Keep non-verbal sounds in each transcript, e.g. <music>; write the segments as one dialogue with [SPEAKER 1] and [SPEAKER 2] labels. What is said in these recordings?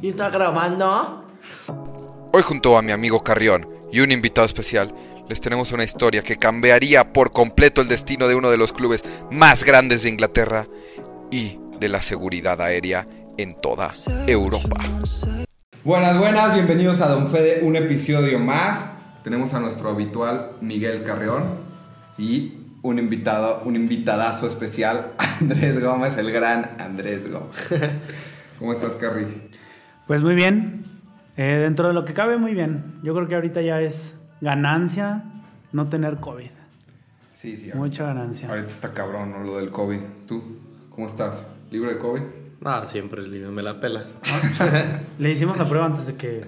[SPEAKER 1] ¿Y está grabando?
[SPEAKER 2] Hoy junto a mi amigo Carrión y un invitado especial les tenemos una historia que cambiaría por completo el destino de uno de los clubes más grandes de Inglaterra y de la seguridad aérea en toda Europa.
[SPEAKER 3] Buenas, buenas, bienvenidos a Don Fede, un episodio más. Tenemos a nuestro habitual Miguel Carrión y un invitado, un invitadazo especial, <laughs> Andrés Gómez, el gran Andrés Gómez. ¿Cómo estás, Carri?
[SPEAKER 4] Pues muy bien. Eh, dentro de lo que cabe, muy bien. Yo creo que ahorita ya es ganancia no tener COVID.
[SPEAKER 3] Sí, sí.
[SPEAKER 4] Mucha ganancia.
[SPEAKER 3] Ahorita está cabrón, ¿no? Lo del COVID. ¿Tú cómo estás? ¿Libre de COVID?
[SPEAKER 5] Ah, siempre el niño me la pela.
[SPEAKER 4] Le hicimos la prueba antes de que...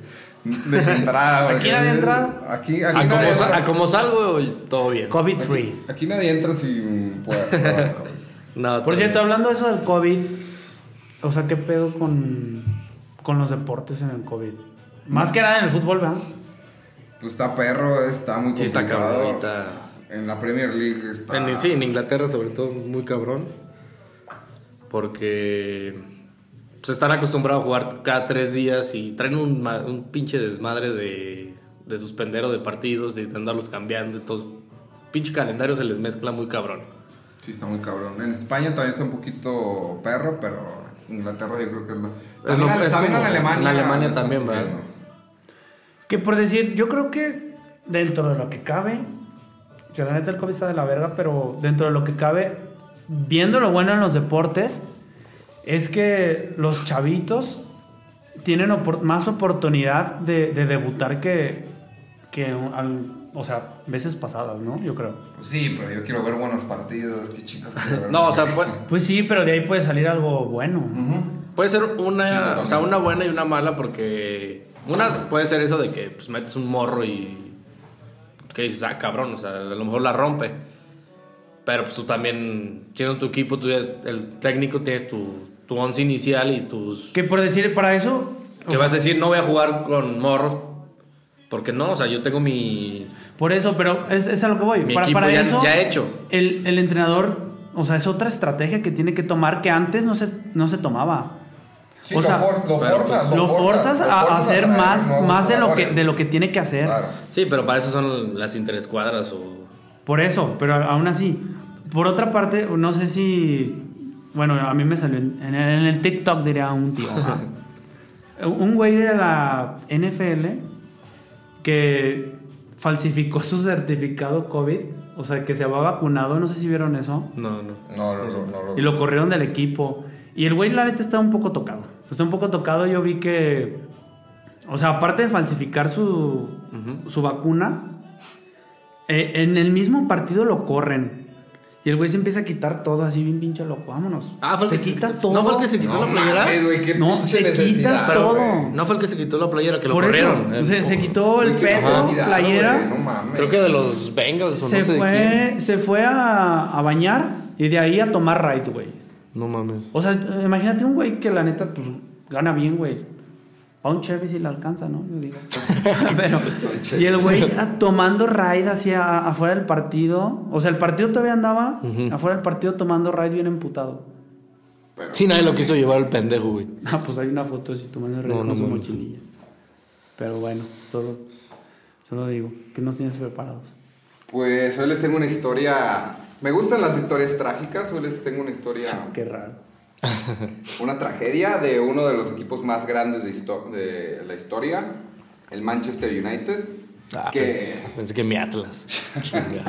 [SPEAKER 3] De
[SPEAKER 5] <laughs>
[SPEAKER 3] entrada, güey.
[SPEAKER 4] Aquí nadie entra.
[SPEAKER 3] Aquí, aquí
[SPEAKER 5] A
[SPEAKER 3] nadie
[SPEAKER 5] como, sa-
[SPEAKER 3] entra.
[SPEAKER 5] a como salgo, todo bien.
[SPEAKER 4] COVID
[SPEAKER 3] Aquí-
[SPEAKER 4] free.
[SPEAKER 3] Aquí nadie entra sin poder
[SPEAKER 5] <laughs>
[SPEAKER 3] probar el COVID.
[SPEAKER 5] No, todo
[SPEAKER 4] Por cierto,
[SPEAKER 5] bien.
[SPEAKER 4] hablando de eso del COVID, o sea, ¿qué pedo con, con los deportes en el COVID? Más que nada en el fútbol, ¿verdad?
[SPEAKER 3] Pues está perro, está muy
[SPEAKER 5] Sí, está
[SPEAKER 3] complicado.
[SPEAKER 5] cabrón ahorita.
[SPEAKER 3] En la Premier League está.
[SPEAKER 5] En, sí, en Inglaterra, sobre todo, muy cabrón. Porque se están acostumbrados a jugar cada tres días y traen un, ma- un pinche desmadre de, de suspender o de partidos, de andarlos cambiando. Entonces, pinche calendario se les mezcla muy cabrón.
[SPEAKER 3] Sí, está muy cabrón. En España todavía está un poquito perro, pero Inglaterra yo creo que es lo. También,
[SPEAKER 5] lo-
[SPEAKER 3] Ale-
[SPEAKER 5] es
[SPEAKER 3] también
[SPEAKER 5] como-
[SPEAKER 3] en Alemania.
[SPEAKER 5] en Alemania
[SPEAKER 3] lo
[SPEAKER 5] también,
[SPEAKER 3] están
[SPEAKER 5] ¿verdad?
[SPEAKER 3] sufriendo.
[SPEAKER 4] Que por decir, yo creo que dentro de lo que cabe, que la neta el COVID está de la verga, pero dentro de lo que cabe, viendo lo bueno en los deportes, es que los chavitos tienen opor- más oportunidad de, de debutar que, que al- o sea, veces pasadas, ¿no? Yo creo.
[SPEAKER 3] Pues sí, pero yo quiero ver buenos partidos. Qué chicos quiero ver.
[SPEAKER 5] No, o sea, pues,
[SPEAKER 4] Pues sí, pero de ahí puede salir algo bueno.
[SPEAKER 5] Puede ser
[SPEAKER 3] Sí,
[SPEAKER 5] una,
[SPEAKER 3] totalmente.
[SPEAKER 5] o sea, una buena y una mala porque una puede ser eso de que pues, metes un morro y que dices, ah, cabrón, o sea, a lo mejor la rompe. Pero pues tú también, siendo tu equipo, tú ya- el técnico tienes tu, tu once inicial y tus...
[SPEAKER 4] Que por decir, para eso... o
[SPEAKER 5] Que
[SPEAKER 4] sea,
[SPEAKER 5] vas a decir, no voy a jugar con morros porque no, o sea, yo tengo mi...
[SPEAKER 4] Por eso, pero es, es a lo que voy.
[SPEAKER 5] Mi
[SPEAKER 4] para
[SPEAKER 5] equipo
[SPEAKER 4] para
[SPEAKER 5] ya-
[SPEAKER 4] eso,
[SPEAKER 5] ya hecho.
[SPEAKER 4] El, el entrenador, o sea, es otra estrategia que tiene que tomar que antes no se, no se tomaba.
[SPEAKER 3] Sí,
[SPEAKER 4] o sea,
[SPEAKER 3] lo, for- lo
[SPEAKER 5] pero, pues,
[SPEAKER 3] forzas.
[SPEAKER 4] Lo forzas
[SPEAKER 3] lo
[SPEAKER 4] a, a
[SPEAKER 3] forzas
[SPEAKER 4] hacer
[SPEAKER 3] traer
[SPEAKER 4] más,
[SPEAKER 3] nuevos
[SPEAKER 4] más de, lo que,
[SPEAKER 3] jugadores.
[SPEAKER 4] de lo que tiene que hacer.
[SPEAKER 3] Claro.
[SPEAKER 5] Sí, pero para eso son las interescuadras o...
[SPEAKER 4] Por eso, pero aún así. Por otra parte, no sé si. Bueno, a mí me salió en, en el, en el TikTok, diría un tío. ajá. un güey de la NFL que falsificó su certificado COVID. O sea, que se había vacunado. No sé si vieron eso.
[SPEAKER 5] No, no.
[SPEAKER 3] No, no, no. no,
[SPEAKER 4] Y lo corrieron del equipo. Y el güey, la neta, está un poco tocado. Está un poco tocado. Yo vi que. O sea, aparte de falsificar su, su vacuna, eh, en el mismo partido lo corren. Y el güey se empieza a quitar todo así, bien pinche loco. Vámonos.
[SPEAKER 5] Ah, fue el
[SPEAKER 4] se
[SPEAKER 5] que
[SPEAKER 4] quita
[SPEAKER 5] se-
[SPEAKER 4] todo.
[SPEAKER 5] ¿no fue el que se quitó
[SPEAKER 3] No
[SPEAKER 5] la playera?
[SPEAKER 3] mames, güey, qué
[SPEAKER 4] No,
[SPEAKER 3] pinche
[SPEAKER 4] se quita
[SPEAKER 3] necesidad,
[SPEAKER 4] todo.
[SPEAKER 3] güey.
[SPEAKER 5] No fue el que se quitó la playera, que lo
[SPEAKER 4] Por eso,
[SPEAKER 5] corrieron. El-
[SPEAKER 4] se, se quitó el
[SPEAKER 3] Güey, qué
[SPEAKER 4] peso,
[SPEAKER 3] necesidad,
[SPEAKER 4] playera.
[SPEAKER 3] güey, No mames.
[SPEAKER 5] Creo que de los Bengals o
[SPEAKER 4] se,
[SPEAKER 5] no sé de quién.
[SPEAKER 4] fue, se fue a, a bañar y de ahí a tomar raid, güey.
[SPEAKER 5] No mames.
[SPEAKER 4] O sea, eh, imagínate un güey que la neta, pues, gana bien, güey. A un Chevy si le alcanza, ¿no? Yo
[SPEAKER 5] <laughs>
[SPEAKER 4] digo. Pero, y el güey ah, tomando raid hacia afuera del partido. O sea, el partido todavía andaba afuera del partido tomando raid bien emputado. <laughs>
[SPEAKER 5] Y nadie lo quiso llevar el pendejo, güey.
[SPEAKER 4] Ah, pues hay una foto así tomando raid
[SPEAKER 5] No,
[SPEAKER 4] con
[SPEAKER 5] no
[SPEAKER 4] su
[SPEAKER 5] mames.
[SPEAKER 4] mochililla. Pero bueno, solo, solo digo, que nos tienes preparados.
[SPEAKER 3] Pues hoy les tengo una historia. Me gustan las historias trágicas. Hoy les tengo una historia.
[SPEAKER 4] Qué raro.
[SPEAKER 3] Una tragedia de uno de los equipos más grandes de, histo- de la historia, el Manchester United.
[SPEAKER 5] Ah,
[SPEAKER 3] que.
[SPEAKER 5] pensé- Pensé que mi Atlas. Chinga.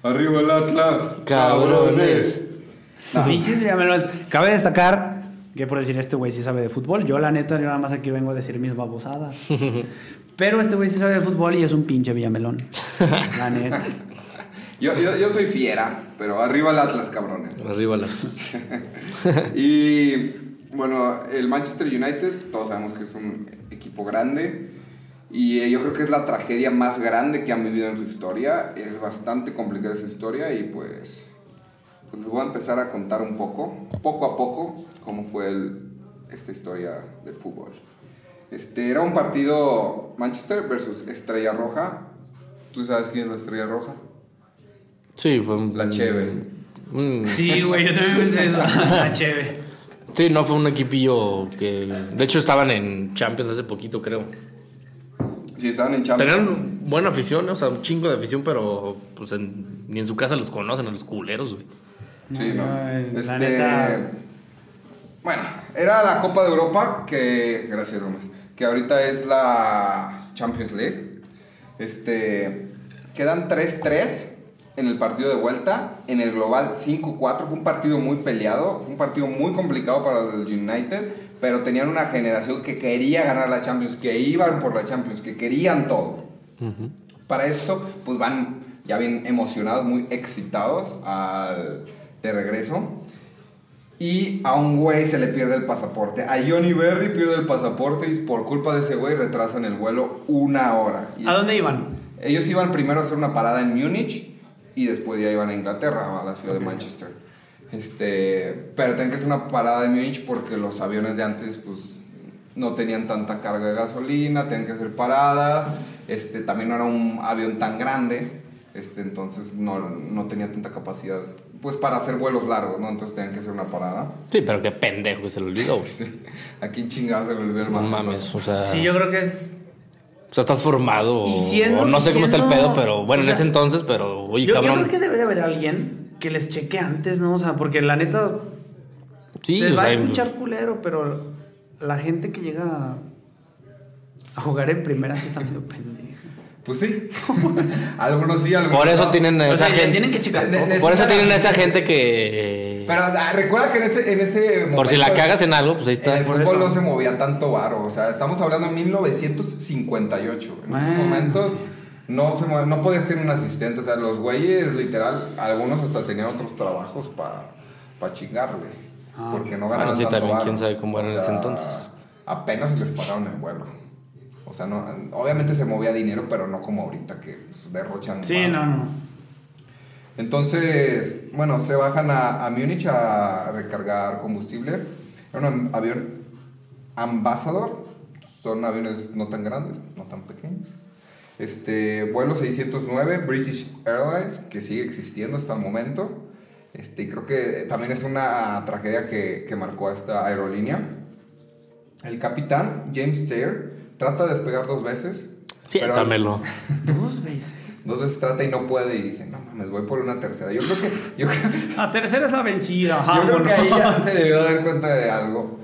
[SPEAKER 5] pues.
[SPEAKER 3] ¡Arriba el Atlas!
[SPEAKER 5] Cabrones.
[SPEAKER 4] <laughs> Pinches llameros. Cabe destacar que por decir este güey sí sabe de fútbol. Yo la neta, yo nada más aquí vengo a decir mis
[SPEAKER 5] <laughs>
[SPEAKER 4] babosadas. Pero este güey sí sabe de fútbol y es un pinche
[SPEAKER 5] <laughs>
[SPEAKER 4] villamelón. La neta.
[SPEAKER 3] Yo, yo, yo soy fiera, pero arriba el Atlas, cabrones.
[SPEAKER 5] <laughs> Arriba la.
[SPEAKER 3] y bueno, el Manchester United, todos sabemos que es un equipo grande. Y eh, yo creo que es la tragedia más grande que han vivido en su historia. Es bastante complicada su historia y pues, pues les voy a empezar a contar un poco, poco a poco, cómo fue el- esta historia de fútbol. Este, era un partido Manchester versus Estrella Roja. ¿Tú sabes quién es la Estrella Roja?
[SPEAKER 5] Sí, fue un.
[SPEAKER 3] La cheve.
[SPEAKER 5] Mm.
[SPEAKER 4] <laughs> Sí, güey, yo también pensé eso. La chévere.
[SPEAKER 5] Sí, no fue un equipillo que. De hecho, estaban en Champions hace poquito, creo.
[SPEAKER 3] Si estaban en Champions.
[SPEAKER 5] Tenían buena afición, ¿no? o sea, un chingo de afición, pero pues en- ni en su casa los conocen, a los culeros, güey.
[SPEAKER 3] Sí, no.
[SPEAKER 4] Ay, eh, la
[SPEAKER 3] Este,
[SPEAKER 4] neta.
[SPEAKER 3] Bueno, era la Copa de Europa que. Gracias, Gómez. Que ahorita es la Champions League. Este. Quedan 3-3 en el partido de vuelta. En el global 5-4. Fue un partido muy peleado. Fue un partido muy complicado para el United. Pero tenían una generación que quería ganar la Champions. Que iban por la Champions. Que querían todo. Para esto, pues van ya bien emocionados, muy excitados al, de regreso. Y a un güey se le pierde el pasaporte. A Johnny Berry pierde el pasaporte y por culpa de ese güey retrasan el vuelo una hora. Y
[SPEAKER 4] ¿A dónde iban?
[SPEAKER 3] Ellos iban primero a hacer una parada en Múnich y después ya iban a Inglaterra, a la ciudad de Manchester. Este, pero tenían que hacer una parada en Múnich porque los aviones de antes pues, no tenían tanta carga de gasolina, tenían que hacer paradas. Este, también no era un avión tan grande, este, entonces no, no tenía tanta capacidad pues, para hacer vuelos largos, ¿no? entonces tenían que hacer una parada. <laughs>
[SPEAKER 5] Sí, pero qué pendejo que se lo olvidó, güey.
[SPEAKER 3] Aquí chingados se le olvidó el
[SPEAKER 5] No
[SPEAKER 3] más.
[SPEAKER 5] mames, o sea.
[SPEAKER 4] Sí, yo creo que es.
[SPEAKER 5] O sea, estás formado.
[SPEAKER 4] Y siendo-
[SPEAKER 5] o no sé
[SPEAKER 4] y
[SPEAKER 5] cómo está el
[SPEAKER 4] siendo-
[SPEAKER 5] pedo, pero bueno,
[SPEAKER 4] o
[SPEAKER 5] en
[SPEAKER 4] sea,
[SPEAKER 5] ese entonces, pero oye,
[SPEAKER 4] yo, yo
[SPEAKER 5] cabrón.
[SPEAKER 4] creo que debe de haber alguien que les cheque antes, ¿no? O sea, porque la neta.
[SPEAKER 5] Sí,
[SPEAKER 4] se
[SPEAKER 5] o
[SPEAKER 4] va a
[SPEAKER 5] sea,
[SPEAKER 4] escuchar culero, pero la gente que llega a, a jugar en primera sí está medio pendeja.
[SPEAKER 3] Pues sí, <laughs> algunos sí, algunos
[SPEAKER 5] Por eso
[SPEAKER 3] no.
[SPEAKER 5] tienen
[SPEAKER 4] O
[SPEAKER 5] esa
[SPEAKER 4] sea, le
[SPEAKER 5] gente.
[SPEAKER 4] tienen que checar.
[SPEAKER 3] Ne-
[SPEAKER 4] todo.
[SPEAKER 3] ne-
[SPEAKER 5] Por eso
[SPEAKER 3] necesitan-
[SPEAKER 5] tienen esa gente que. eh,
[SPEAKER 3] Pero ah, recuerda que en ese, en ese momento.
[SPEAKER 5] por si la cagas en algo, pues ahí
[SPEAKER 3] En
[SPEAKER 5] está.
[SPEAKER 3] el
[SPEAKER 4] Por
[SPEAKER 3] fútbol
[SPEAKER 4] eso.
[SPEAKER 3] no se movía tanto varo. O sea, estamos hablando de 1958. En
[SPEAKER 4] Bueno,
[SPEAKER 3] ese momento
[SPEAKER 4] sí.
[SPEAKER 3] no, se mue- no podías tener un asistente. O sea, los güeyes, literal, algunos hasta tenían otros trabajos para chingarle.
[SPEAKER 4] Ah.
[SPEAKER 3] porque no ganaban
[SPEAKER 5] Bueno, sí,
[SPEAKER 3] tanto
[SPEAKER 5] también,
[SPEAKER 3] varo.
[SPEAKER 5] quién sabe cómo era en ese entonces.
[SPEAKER 3] Apenas les pagaron el vuelo. O sea, no, obviamente se movía dinero, pero no como ahorita que pues, derrochan.
[SPEAKER 4] Sí,
[SPEAKER 3] varo.
[SPEAKER 4] no, no.
[SPEAKER 3] Entonces, bueno, se bajan a, a Múnich a recargar combustible. Era un am- avión ambasador. Son aviones no tan grandes, no tan pequeños. Este, vuelo 609, British Airlines, que sigue existiendo hasta el momento. Este, y creo que también es una tragedia que, que marcó a esta aerolínea. El capitán, James Taylor, trata de despegar dos veces. pero-
[SPEAKER 5] Siéntamelo.
[SPEAKER 4] Dos veces.
[SPEAKER 3] Dos veces trata y no puede y dice, no mames, voy por una tercera. Yo creo que, yo creo,
[SPEAKER 4] La tercera es la vencida. ajá,
[SPEAKER 3] yo creo
[SPEAKER 4] bueno.
[SPEAKER 3] que ahí ya se debió dar cuenta de algo.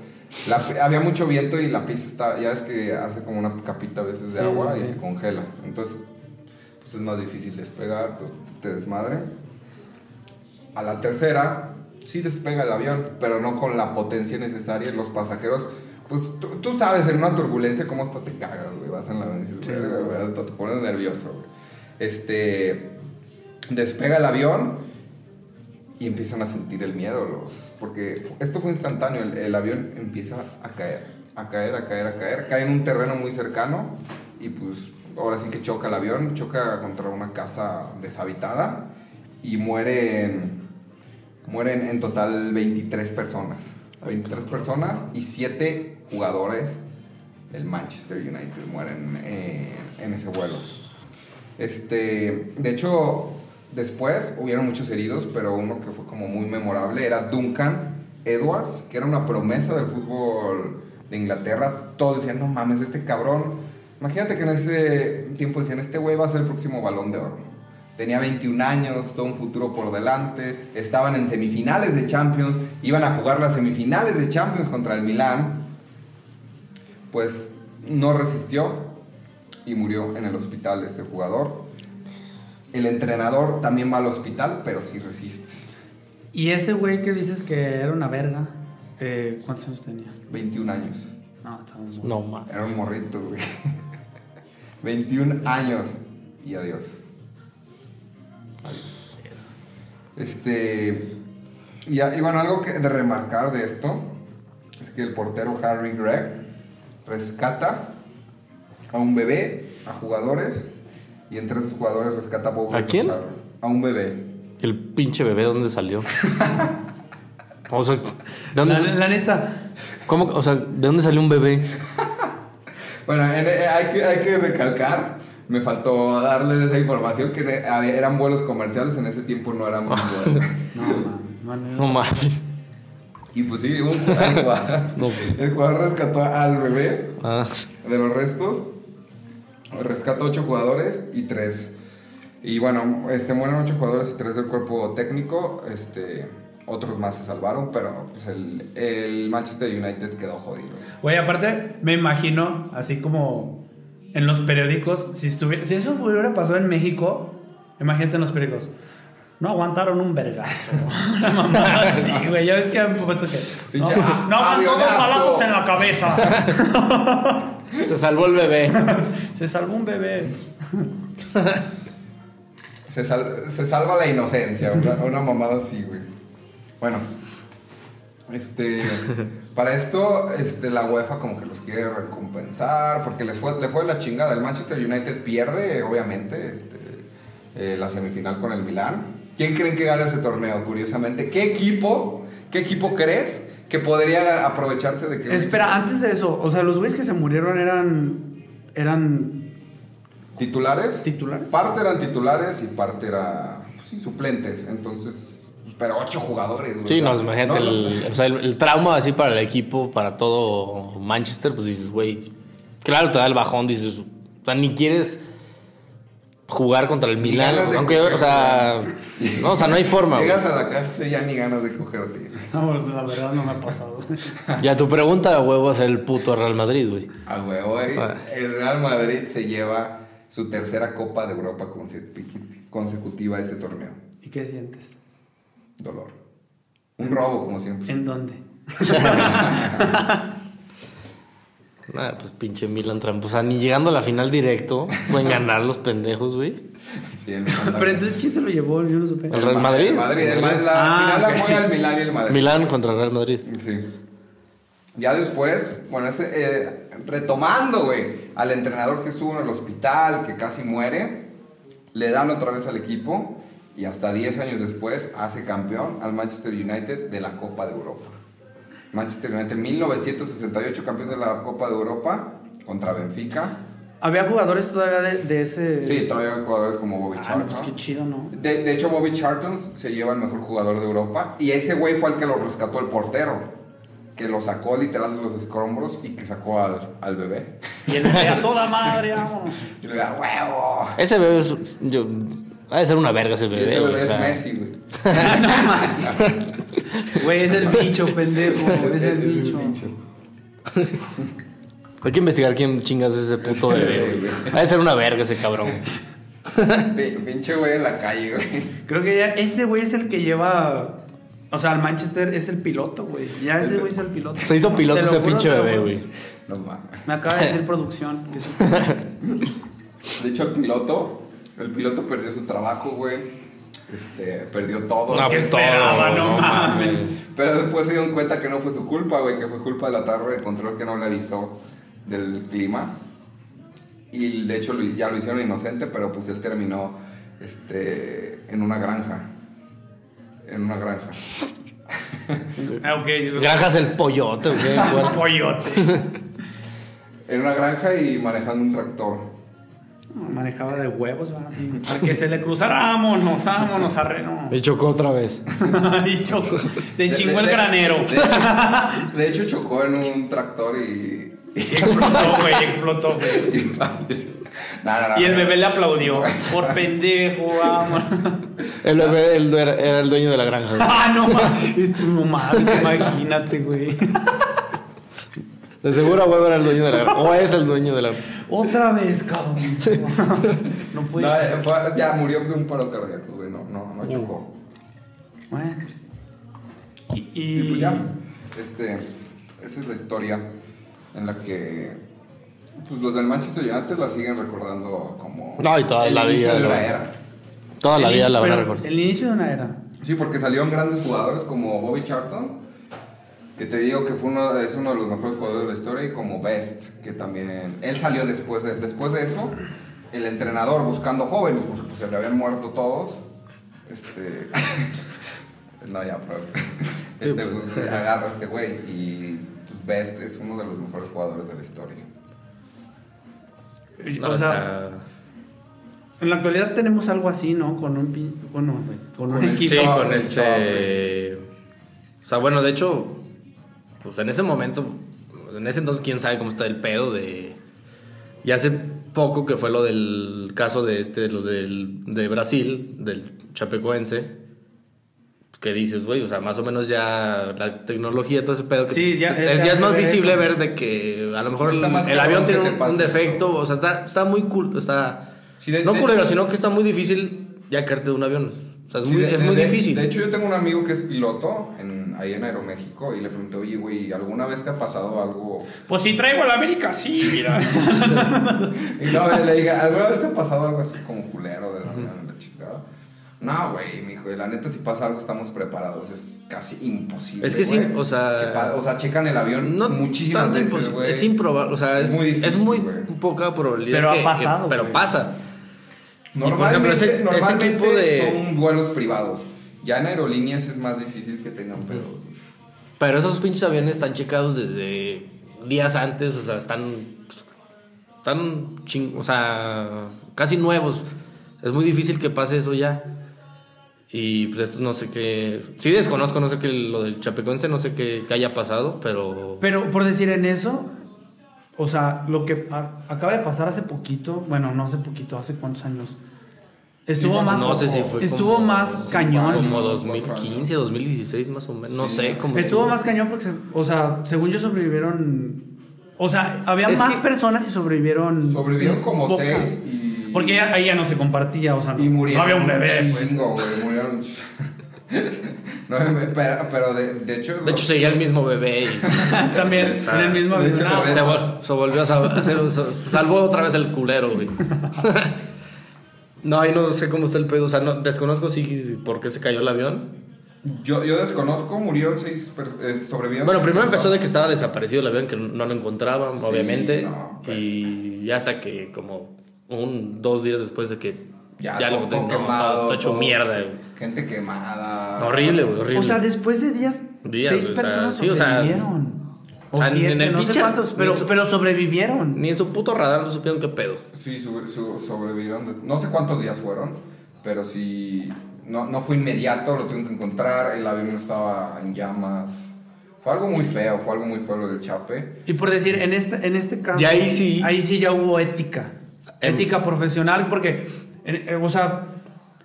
[SPEAKER 3] La pi- había mucho viento y la pista está, ya ves que hace como una capita a veces de
[SPEAKER 4] Sí,
[SPEAKER 3] agua
[SPEAKER 4] sí,
[SPEAKER 3] y
[SPEAKER 4] sí.
[SPEAKER 3] se congela. Entonces, pues es más difícil despegar, entonces te desmadre. A la tercera, sí despega el avión, pero no con la potencia necesaria. Los pasajeros, pues tú, tú sabes, en una turbulencia, cómo hasta te cagas, güey. Vas en la avión y dices, "Verga, güey", hasta te pones nervioso, güey. Este. Despega el avión y empiezan a sentir el miedo los porque fu- esto fue instantáneo el, el avión empieza a caer a caer a caer a caer cae en un terreno muy cercano y pues ahora sí que choca el avión choca contra una casa deshabitada y mueren mueren en total 23 personas 23 personas y 7 jugadores del Manchester United mueren eh, en ese vuelo este, de hecho, después hubieron muchos heridos, pero uno que fue como muy memorable era Duncan Edwards, que era una promesa del fútbol de Inglaterra. Todos decían, no mames, este cabrón. Imagínate que en ese tiempo decían, este güey va a ser el próximo balón de oro. Tenía 21 años, todo un futuro por delante. Estaban en semifinales de Champions, iban a jugar las semifinales de Champions contra el Milán. Pues no resistió, y murió en el hospital este jugador. El entrenador también va al hospital, pero sí resiste.
[SPEAKER 4] <laughs> Y ese güey que dices que era una verga, eh, ¿cuántos años tenía?
[SPEAKER 3] 21 años.
[SPEAKER 4] No, estaba muy.
[SPEAKER 5] No mames.
[SPEAKER 3] Era un morrito, güey. <laughs> 21 años. Y adiós. Adiós. Este. Y, a- y bueno, algo que de remarcar de esto es que el portero Harry Gregg rescata a un bebé, a jugadores, y entre esos jugadores rescata a Bob
[SPEAKER 5] ¿A quién?
[SPEAKER 3] Richard. A un bebé.
[SPEAKER 5] El pinche bebé, ¿dónde salió? O sea, ¿de dónde,
[SPEAKER 4] La, la neta,
[SPEAKER 5] cómo- o sea, ¿de dónde salió un bebé?
[SPEAKER 3] Bueno, en- eh, hay, que, hay que recalcar, me faltó darles esa información, que era- había- eran
[SPEAKER 5] <laughs>
[SPEAKER 3] vuelos comerciales, en ese tiempo no eran vuelos.
[SPEAKER 4] no mames.
[SPEAKER 5] No mames.
[SPEAKER 3] Y pues sí,
[SPEAKER 5] <laughs>
[SPEAKER 3] un- el jugador,
[SPEAKER 5] No, pues.
[SPEAKER 3] el jugador rescató al bebé
[SPEAKER 5] Ah,
[SPEAKER 3] de los restos. Rescató ocho jugadores y tres. Y bueno, este, mueren ocho jugadores y tres del cuerpo técnico. Este, otros más se salvaron, pero pues, el, el Manchester United quedó jodido.
[SPEAKER 4] Güey, aparte, me imagino, así como en los periódicos, si, estuviera, si eso hubiera pasado en México, imagínate en los periódicos. No aguantaron un vergazo. <laughs> Una mamada
[SPEAKER 3] <laughs>
[SPEAKER 4] así, güey. Ya ves que han puesto que. No,
[SPEAKER 3] Pinche a-
[SPEAKER 4] no aguantó dos
[SPEAKER 3] avionazo.
[SPEAKER 4] balazos en la
[SPEAKER 3] <laughs>
[SPEAKER 4] cabeza.
[SPEAKER 5] se salvó el bebé.
[SPEAKER 4] Se salvó un bebé.
[SPEAKER 3] Se, sal- se salva la inocencia, una, una mamada así, güey. Bueno, este, para esto, este, la UEFA como que los quiere recompensar, porque les fue, le fue la chingada. El Manchester United pierde, obviamente, este, eh, la semifinal con el Milán. ¿Quién creen que gana ese torneo, curiosamente? ¿Qué equipo, qué equipo crees que podría ga- aprovecharse de que...
[SPEAKER 4] Espera, antes de eso, o sea, los güeyes que se murieron eran. eran.
[SPEAKER 3] ¿Titulares?
[SPEAKER 4] ¿Titulares?
[SPEAKER 3] Parte eran titulares y parte era, pues, sí, suplentes. Entonces, pero ocho jugadores, güey.
[SPEAKER 5] Sí,
[SPEAKER 3] O sea,
[SPEAKER 5] no, imagínate
[SPEAKER 3] no, no.
[SPEAKER 5] el, o sea, el- el trauma así para el equipo, para todo Manchester, pues dices, güey, claro, te da el bajón, dices, o sea, ni quieres jugar contra el Milan,
[SPEAKER 3] ganas de
[SPEAKER 5] aunque,
[SPEAKER 3] coger,
[SPEAKER 5] o sea, no, o sea, no hay forma. güey.
[SPEAKER 3] Llegas a la casa y ya ni ganas de cogerte.
[SPEAKER 4] No, pues, la verdad no me ha pasado. <laughs>
[SPEAKER 5] Y a tu pregunta, güey, va a ser el puto Real Madrid, güey.
[SPEAKER 3] A huevo, eh.
[SPEAKER 5] Ah.
[SPEAKER 3] El Real Madrid se lleva su tercera Copa de Europa conse- consecutiva de ese torneo.
[SPEAKER 4] ¿Y qué sientes?
[SPEAKER 3] Dolor. Un robo, como siempre. <laughs>
[SPEAKER 4] ¿En dónde?
[SPEAKER 5] Nada, pues pinche Milan trampo. O sea, ni llegando a la final directo, pueden ganar los pendejos, güey.
[SPEAKER 3] Sí, el-
[SPEAKER 4] Pero entonces, ¿quién se lo llevó? Yo no supe.
[SPEAKER 5] El Real Madrid.
[SPEAKER 3] El Madrid. el Madrid, la
[SPEAKER 4] Ah,
[SPEAKER 3] final
[SPEAKER 4] ok.
[SPEAKER 3] la juega el Milán y el Madrid.
[SPEAKER 5] Milán contra Real Madrid.
[SPEAKER 3] Sí. Ya después, bueno, ese, eh, retomando, güey, al entrenador que estuvo en el hospital, que casi muere, le dan otra vez al equipo y hasta 10 años después hace campeón al Manchester United de la Copa de Europa. Manchester United 1968 campeón de la Copa de Europa contra Benfica.
[SPEAKER 4] Había jugadores todavía de, de ese.
[SPEAKER 3] Sí, todavía hay jugadores como Bobby
[SPEAKER 4] Ah, no,
[SPEAKER 3] Charlton.
[SPEAKER 4] pues qué chido, ¿no?
[SPEAKER 3] De, de hecho, Bobby Charlton se lleva el mejor jugador de Europa. Y ese güey fue el que lo rescató el portero. Que lo sacó literal de los escombros y que sacó al, al bebé.
[SPEAKER 4] Y el de a toda madre, vámonos.
[SPEAKER 3] Y le da huevo.
[SPEAKER 5] Ese bebé es. Yo, ha de ser una verga ese
[SPEAKER 3] Y
[SPEAKER 5] bebé.
[SPEAKER 3] ese
[SPEAKER 5] güey,
[SPEAKER 3] bebé
[SPEAKER 5] o
[SPEAKER 3] es
[SPEAKER 5] sea.
[SPEAKER 3] Messi, güey.
[SPEAKER 4] <laughs> no mames. Güey, es el bicho, <laughs> pendejo.
[SPEAKER 3] <laughs>
[SPEAKER 4] Es el bicho.
[SPEAKER 5] Hay que investigar quién chingas es ese puto bebé, güey. Ha de ser una verga ese cabrón.
[SPEAKER 3] Pi- Pinche güey en la calle, güey. <laughs>
[SPEAKER 4] Creo que ya ese güey es el que lleva. O sea, al Manchester es el piloto, güey. Ya ese güey es el piloto.
[SPEAKER 5] Se hizo piloto
[SPEAKER 4] Te lo
[SPEAKER 5] ese
[SPEAKER 4] juro,
[SPEAKER 5] pinche
[SPEAKER 4] te lo
[SPEAKER 5] bebé,
[SPEAKER 4] juro.
[SPEAKER 5] güey.
[SPEAKER 3] No mames.
[SPEAKER 4] Me acaba de
[SPEAKER 5] <laughs>
[SPEAKER 4] decir producción. que sí.
[SPEAKER 3] De hecho, el piloto, el piloto perdió su trabajo, güey. Este, perdió todo.
[SPEAKER 5] No, pues todo.
[SPEAKER 4] esperaba, no mames.
[SPEAKER 3] Pero después se dieron cuenta que no fue su culpa, güey, que fue culpa de la torre de control que no le avisó del clima. Y de hecho lo- ya lo hicieron inocente, pero pues él terminó este, en una granja. En una granja.
[SPEAKER 4] Ah, ok.
[SPEAKER 5] Granjas el pollote, güey. <laughs> igual.
[SPEAKER 4] Pollote.
[SPEAKER 3] En una granja y manejando un tractor.
[SPEAKER 4] Manejaba de huevos, ¿verdad? Así, Para que se le cruzara, vámonos, vámonos, <laughs> arreno.
[SPEAKER 5] Y chocó otra vez.
[SPEAKER 4] Y
[SPEAKER 5] <laughs>
[SPEAKER 4] chocó. Se
[SPEAKER 3] De-
[SPEAKER 4] chingó
[SPEAKER 3] de-
[SPEAKER 4] el
[SPEAKER 3] de-
[SPEAKER 4] granero.
[SPEAKER 3] De hecho, de hecho, chocó en un tractor y...
[SPEAKER 4] Y explotó, güey, explotó, güey.
[SPEAKER 3] y- <laughs> No, no, no,
[SPEAKER 4] Y el
[SPEAKER 3] no.
[SPEAKER 4] bebé le aplaudió. Por pendejo, vamos.
[SPEAKER 5] El bebé el due- era, el dueño de la granja. güey.
[SPEAKER 4] <laughs> ah, no mames. Tú no mames, imagínate, güey.
[SPEAKER 5] De seguro, güey, era el dueño de la granja. O es el dueño de la.
[SPEAKER 4] Otra vez, cabrón. no puede
[SPEAKER 3] No,
[SPEAKER 4] ser.
[SPEAKER 3] eh, fue- ya murió de un paro cardíaco, güey. No, no, no chocó.
[SPEAKER 4] Bueno. Y,
[SPEAKER 3] Y
[SPEAKER 4] y-
[SPEAKER 3] pues ya, este, esa es la historia en la que pues los del Manchester United la siguen recordando como
[SPEAKER 5] No, y toda
[SPEAKER 3] el
[SPEAKER 5] la
[SPEAKER 3] inicio
[SPEAKER 5] vida,
[SPEAKER 3] de
[SPEAKER 5] ¿no?
[SPEAKER 3] una era.
[SPEAKER 5] Toda la
[SPEAKER 4] el-
[SPEAKER 5] vida la van a
[SPEAKER 4] pero
[SPEAKER 5] recordar.
[SPEAKER 4] El inicio de una era.
[SPEAKER 3] Sí, porque salieron grandes jugadores como Bobby Charlton, que te digo que fue uno, es uno de los mejores jugadores de la historia, y como Best, que también él salió después de, después de eso, el entrenador buscando jóvenes, porque pues se le habían muerto todos. Este <laughs> no ya, pero este pues, agarra a este güey y pues, Best es uno de los mejores jugadores de la historia.
[SPEAKER 4] o sea, en la actualidad tenemos algo así, ¿no? Con un pin... Bueno, güey, con,
[SPEAKER 3] Con
[SPEAKER 4] un
[SPEAKER 3] el
[SPEAKER 4] equipo.
[SPEAKER 5] Sí,
[SPEAKER 3] Chavo,
[SPEAKER 5] con
[SPEAKER 3] el
[SPEAKER 5] este. O sea, bueno, de hecho, pues en ese momento, en ese entonces, quién sabe cómo está el pedo de. Y hace poco que fue lo del caso de este, los del, de Brasil, del chapecoense, que dices, güey, o sea, más o menos ya la tecnología, todo ese pedo que
[SPEAKER 4] Sí, ya- eh,
[SPEAKER 5] es,
[SPEAKER 4] te
[SPEAKER 5] ya es
[SPEAKER 4] hace
[SPEAKER 5] más
[SPEAKER 4] ver
[SPEAKER 5] visible
[SPEAKER 4] eso.
[SPEAKER 5] ver de que a lo mejor
[SPEAKER 3] Está más
[SPEAKER 5] el
[SPEAKER 3] cabrón
[SPEAKER 5] avión
[SPEAKER 3] que
[SPEAKER 5] tiene
[SPEAKER 3] te
[SPEAKER 5] un,
[SPEAKER 3] pase
[SPEAKER 5] un
[SPEAKER 3] eso.
[SPEAKER 5] defecto, o sea, está, está muy cool, está
[SPEAKER 3] Sí, de-
[SPEAKER 5] no
[SPEAKER 3] de
[SPEAKER 5] culero,
[SPEAKER 3] hecho-
[SPEAKER 5] sino que está muy difícil ya caerte de un avión. O sea, es
[SPEAKER 3] Sí,
[SPEAKER 5] muy,
[SPEAKER 3] de-
[SPEAKER 5] es muy
[SPEAKER 3] de-
[SPEAKER 5] difícil.
[SPEAKER 3] De hecho, yo tengo un amigo que es piloto en, ahí en Aeroméxico y le pregunté, oye, güey, ¿alguna vez te ha pasado algo?
[SPEAKER 4] Pues si traigo a la América, sí,
[SPEAKER 5] <laughs>
[SPEAKER 4] mira.
[SPEAKER 3] Y no, le dije, ¿alguna vez te ha pasado algo así como culero de la, de la chingada? No, güey, mijo, y la neta, si pasa algo, estamos preparados. Es casi imposible.
[SPEAKER 5] Es que sí,
[SPEAKER 3] güey,
[SPEAKER 5] o sea-
[SPEAKER 3] que pa- o sea, checan el avión
[SPEAKER 5] no
[SPEAKER 3] muchísimas
[SPEAKER 5] tanto
[SPEAKER 3] veces,
[SPEAKER 5] impos-
[SPEAKER 3] güey.
[SPEAKER 5] Es improbable, o sea, es,
[SPEAKER 3] Es muy difícil,
[SPEAKER 5] es muy
[SPEAKER 3] güey.
[SPEAKER 5] poca probabilidad.
[SPEAKER 4] Pero ha
[SPEAKER 5] que- que-
[SPEAKER 4] pasado,
[SPEAKER 5] pero
[SPEAKER 4] güey.
[SPEAKER 5] pasa.
[SPEAKER 3] Normalmente,
[SPEAKER 5] ejemplo, ese- ese
[SPEAKER 3] normalmente
[SPEAKER 5] equipo de-
[SPEAKER 3] son vuelos privados. Ya en aerolíneas es más difícil que tengan pedos. güey.
[SPEAKER 5] Pero esos pinches aviones están checados desde días antes, o sea, están. pues, están ching. O sea, casi nuevos. Es muy difícil que pase eso ya. Y pues esto no sé qué. Sí desconozco, no sé qué lo del Chapecoense, no sé qué, qué haya pasado, pero.
[SPEAKER 4] Pero por decir en eso, o sea, lo que a- acaba de pasar hace poquito, bueno, no hace poquito, hace cuántos años. Estuvo
[SPEAKER 5] no
[SPEAKER 4] más,
[SPEAKER 5] sé si fue
[SPEAKER 4] estuvo
[SPEAKER 5] como-
[SPEAKER 4] más cañón.
[SPEAKER 5] Como 2015, 2016 más o menos. No
[SPEAKER 3] Sí.
[SPEAKER 5] sé, como.
[SPEAKER 4] Estuvo más cañón porque, se- o sea, según yo sobrevivieron. O sea, había
[SPEAKER 5] Es
[SPEAKER 4] más
[SPEAKER 5] que-
[SPEAKER 4] personas y sobrevivieron.
[SPEAKER 3] Sobrevivieron como
[SPEAKER 4] pocas.
[SPEAKER 3] seis y-
[SPEAKER 4] Porque ya- ahí ya no se compartía, o sea, no,
[SPEAKER 3] Y murieron.
[SPEAKER 4] no había un bebé. pues.
[SPEAKER 3] chingo, güey, murieron. un ch- <laughs> no, <laughs> pero, pero de, de hecho.
[SPEAKER 5] De hecho, seguía el mismo bebé y.
[SPEAKER 4] <laughs> También, en el mismo
[SPEAKER 3] De
[SPEAKER 4] avión.
[SPEAKER 3] hecho,
[SPEAKER 4] Ah,
[SPEAKER 3] lo ves.
[SPEAKER 5] Se, vol- se volvió a sal- se- se- se salvó otra vez el culero, güey. <laughs> No, ahí no sé cómo está el pedo. O sea, no- desconozco si por qué se cayó el avión.
[SPEAKER 3] yo, yo desconozco, murieron seis per- eh, sobrevivieron.
[SPEAKER 5] Bueno,
[SPEAKER 3] seis
[SPEAKER 5] primero empezó
[SPEAKER 3] personas.
[SPEAKER 5] de que estaba desaparecido el avión, que no lo encontraban,
[SPEAKER 3] Sí,
[SPEAKER 5] obviamente.
[SPEAKER 3] no, pero-
[SPEAKER 5] Y ya hasta que como un, dos días después de que
[SPEAKER 3] Ya,
[SPEAKER 5] ya,
[SPEAKER 3] todo,
[SPEAKER 5] lo
[SPEAKER 3] todo
[SPEAKER 5] no,
[SPEAKER 3] quemado.
[SPEAKER 5] todo hecho
[SPEAKER 3] todo,
[SPEAKER 5] mierda,
[SPEAKER 3] sí.
[SPEAKER 5] güey.
[SPEAKER 3] Gente quemada.
[SPEAKER 5] Horrible, güey, horrible.
[SPEAKER 4] O sea, después de días,
[SPEAKER 5] Días,
[SPEAKER 4] seis
[SPEAKER 5] o sea,
[SPEAKER 4] personas
[SPEAKER 5] sí, o sea,
[SPEAKER 4] sobrevivieron. O,
[SPEAKER 5] o sea, en
[SPEAKER 4] siete,
[SPEAKER 5] el
[SPEAKER 4] no sé
[SPEAKER 5] pinche-
[SPEAKER 4] cuántos, pero,
[SPEAKER 5] ni su-
[SPEAKER 4] pero sobrevivieron.
[SPEAKER 5] Ni en su puto radar no supieron qué pedo.
[SPEAKER 3] Sí, su- su- sobrevivieron. No sé cuántos días fueron, pero sí. No, no fue inmediato, lo tuvieron que encontrar. El avión estaba en llamas. Fue algo muy feo, fue algo muy feo lo del Chape.
[SPEAKER 4] Y por decir, en este, en este caso.
[SPEAKER 5] Y ahí sí.
[SPEAKER 4] Ahí sí ya hubo ética.
[SPEAKER 5] Em-
[SPEAKER 4] ética profesional, porque. en- eh, o sea,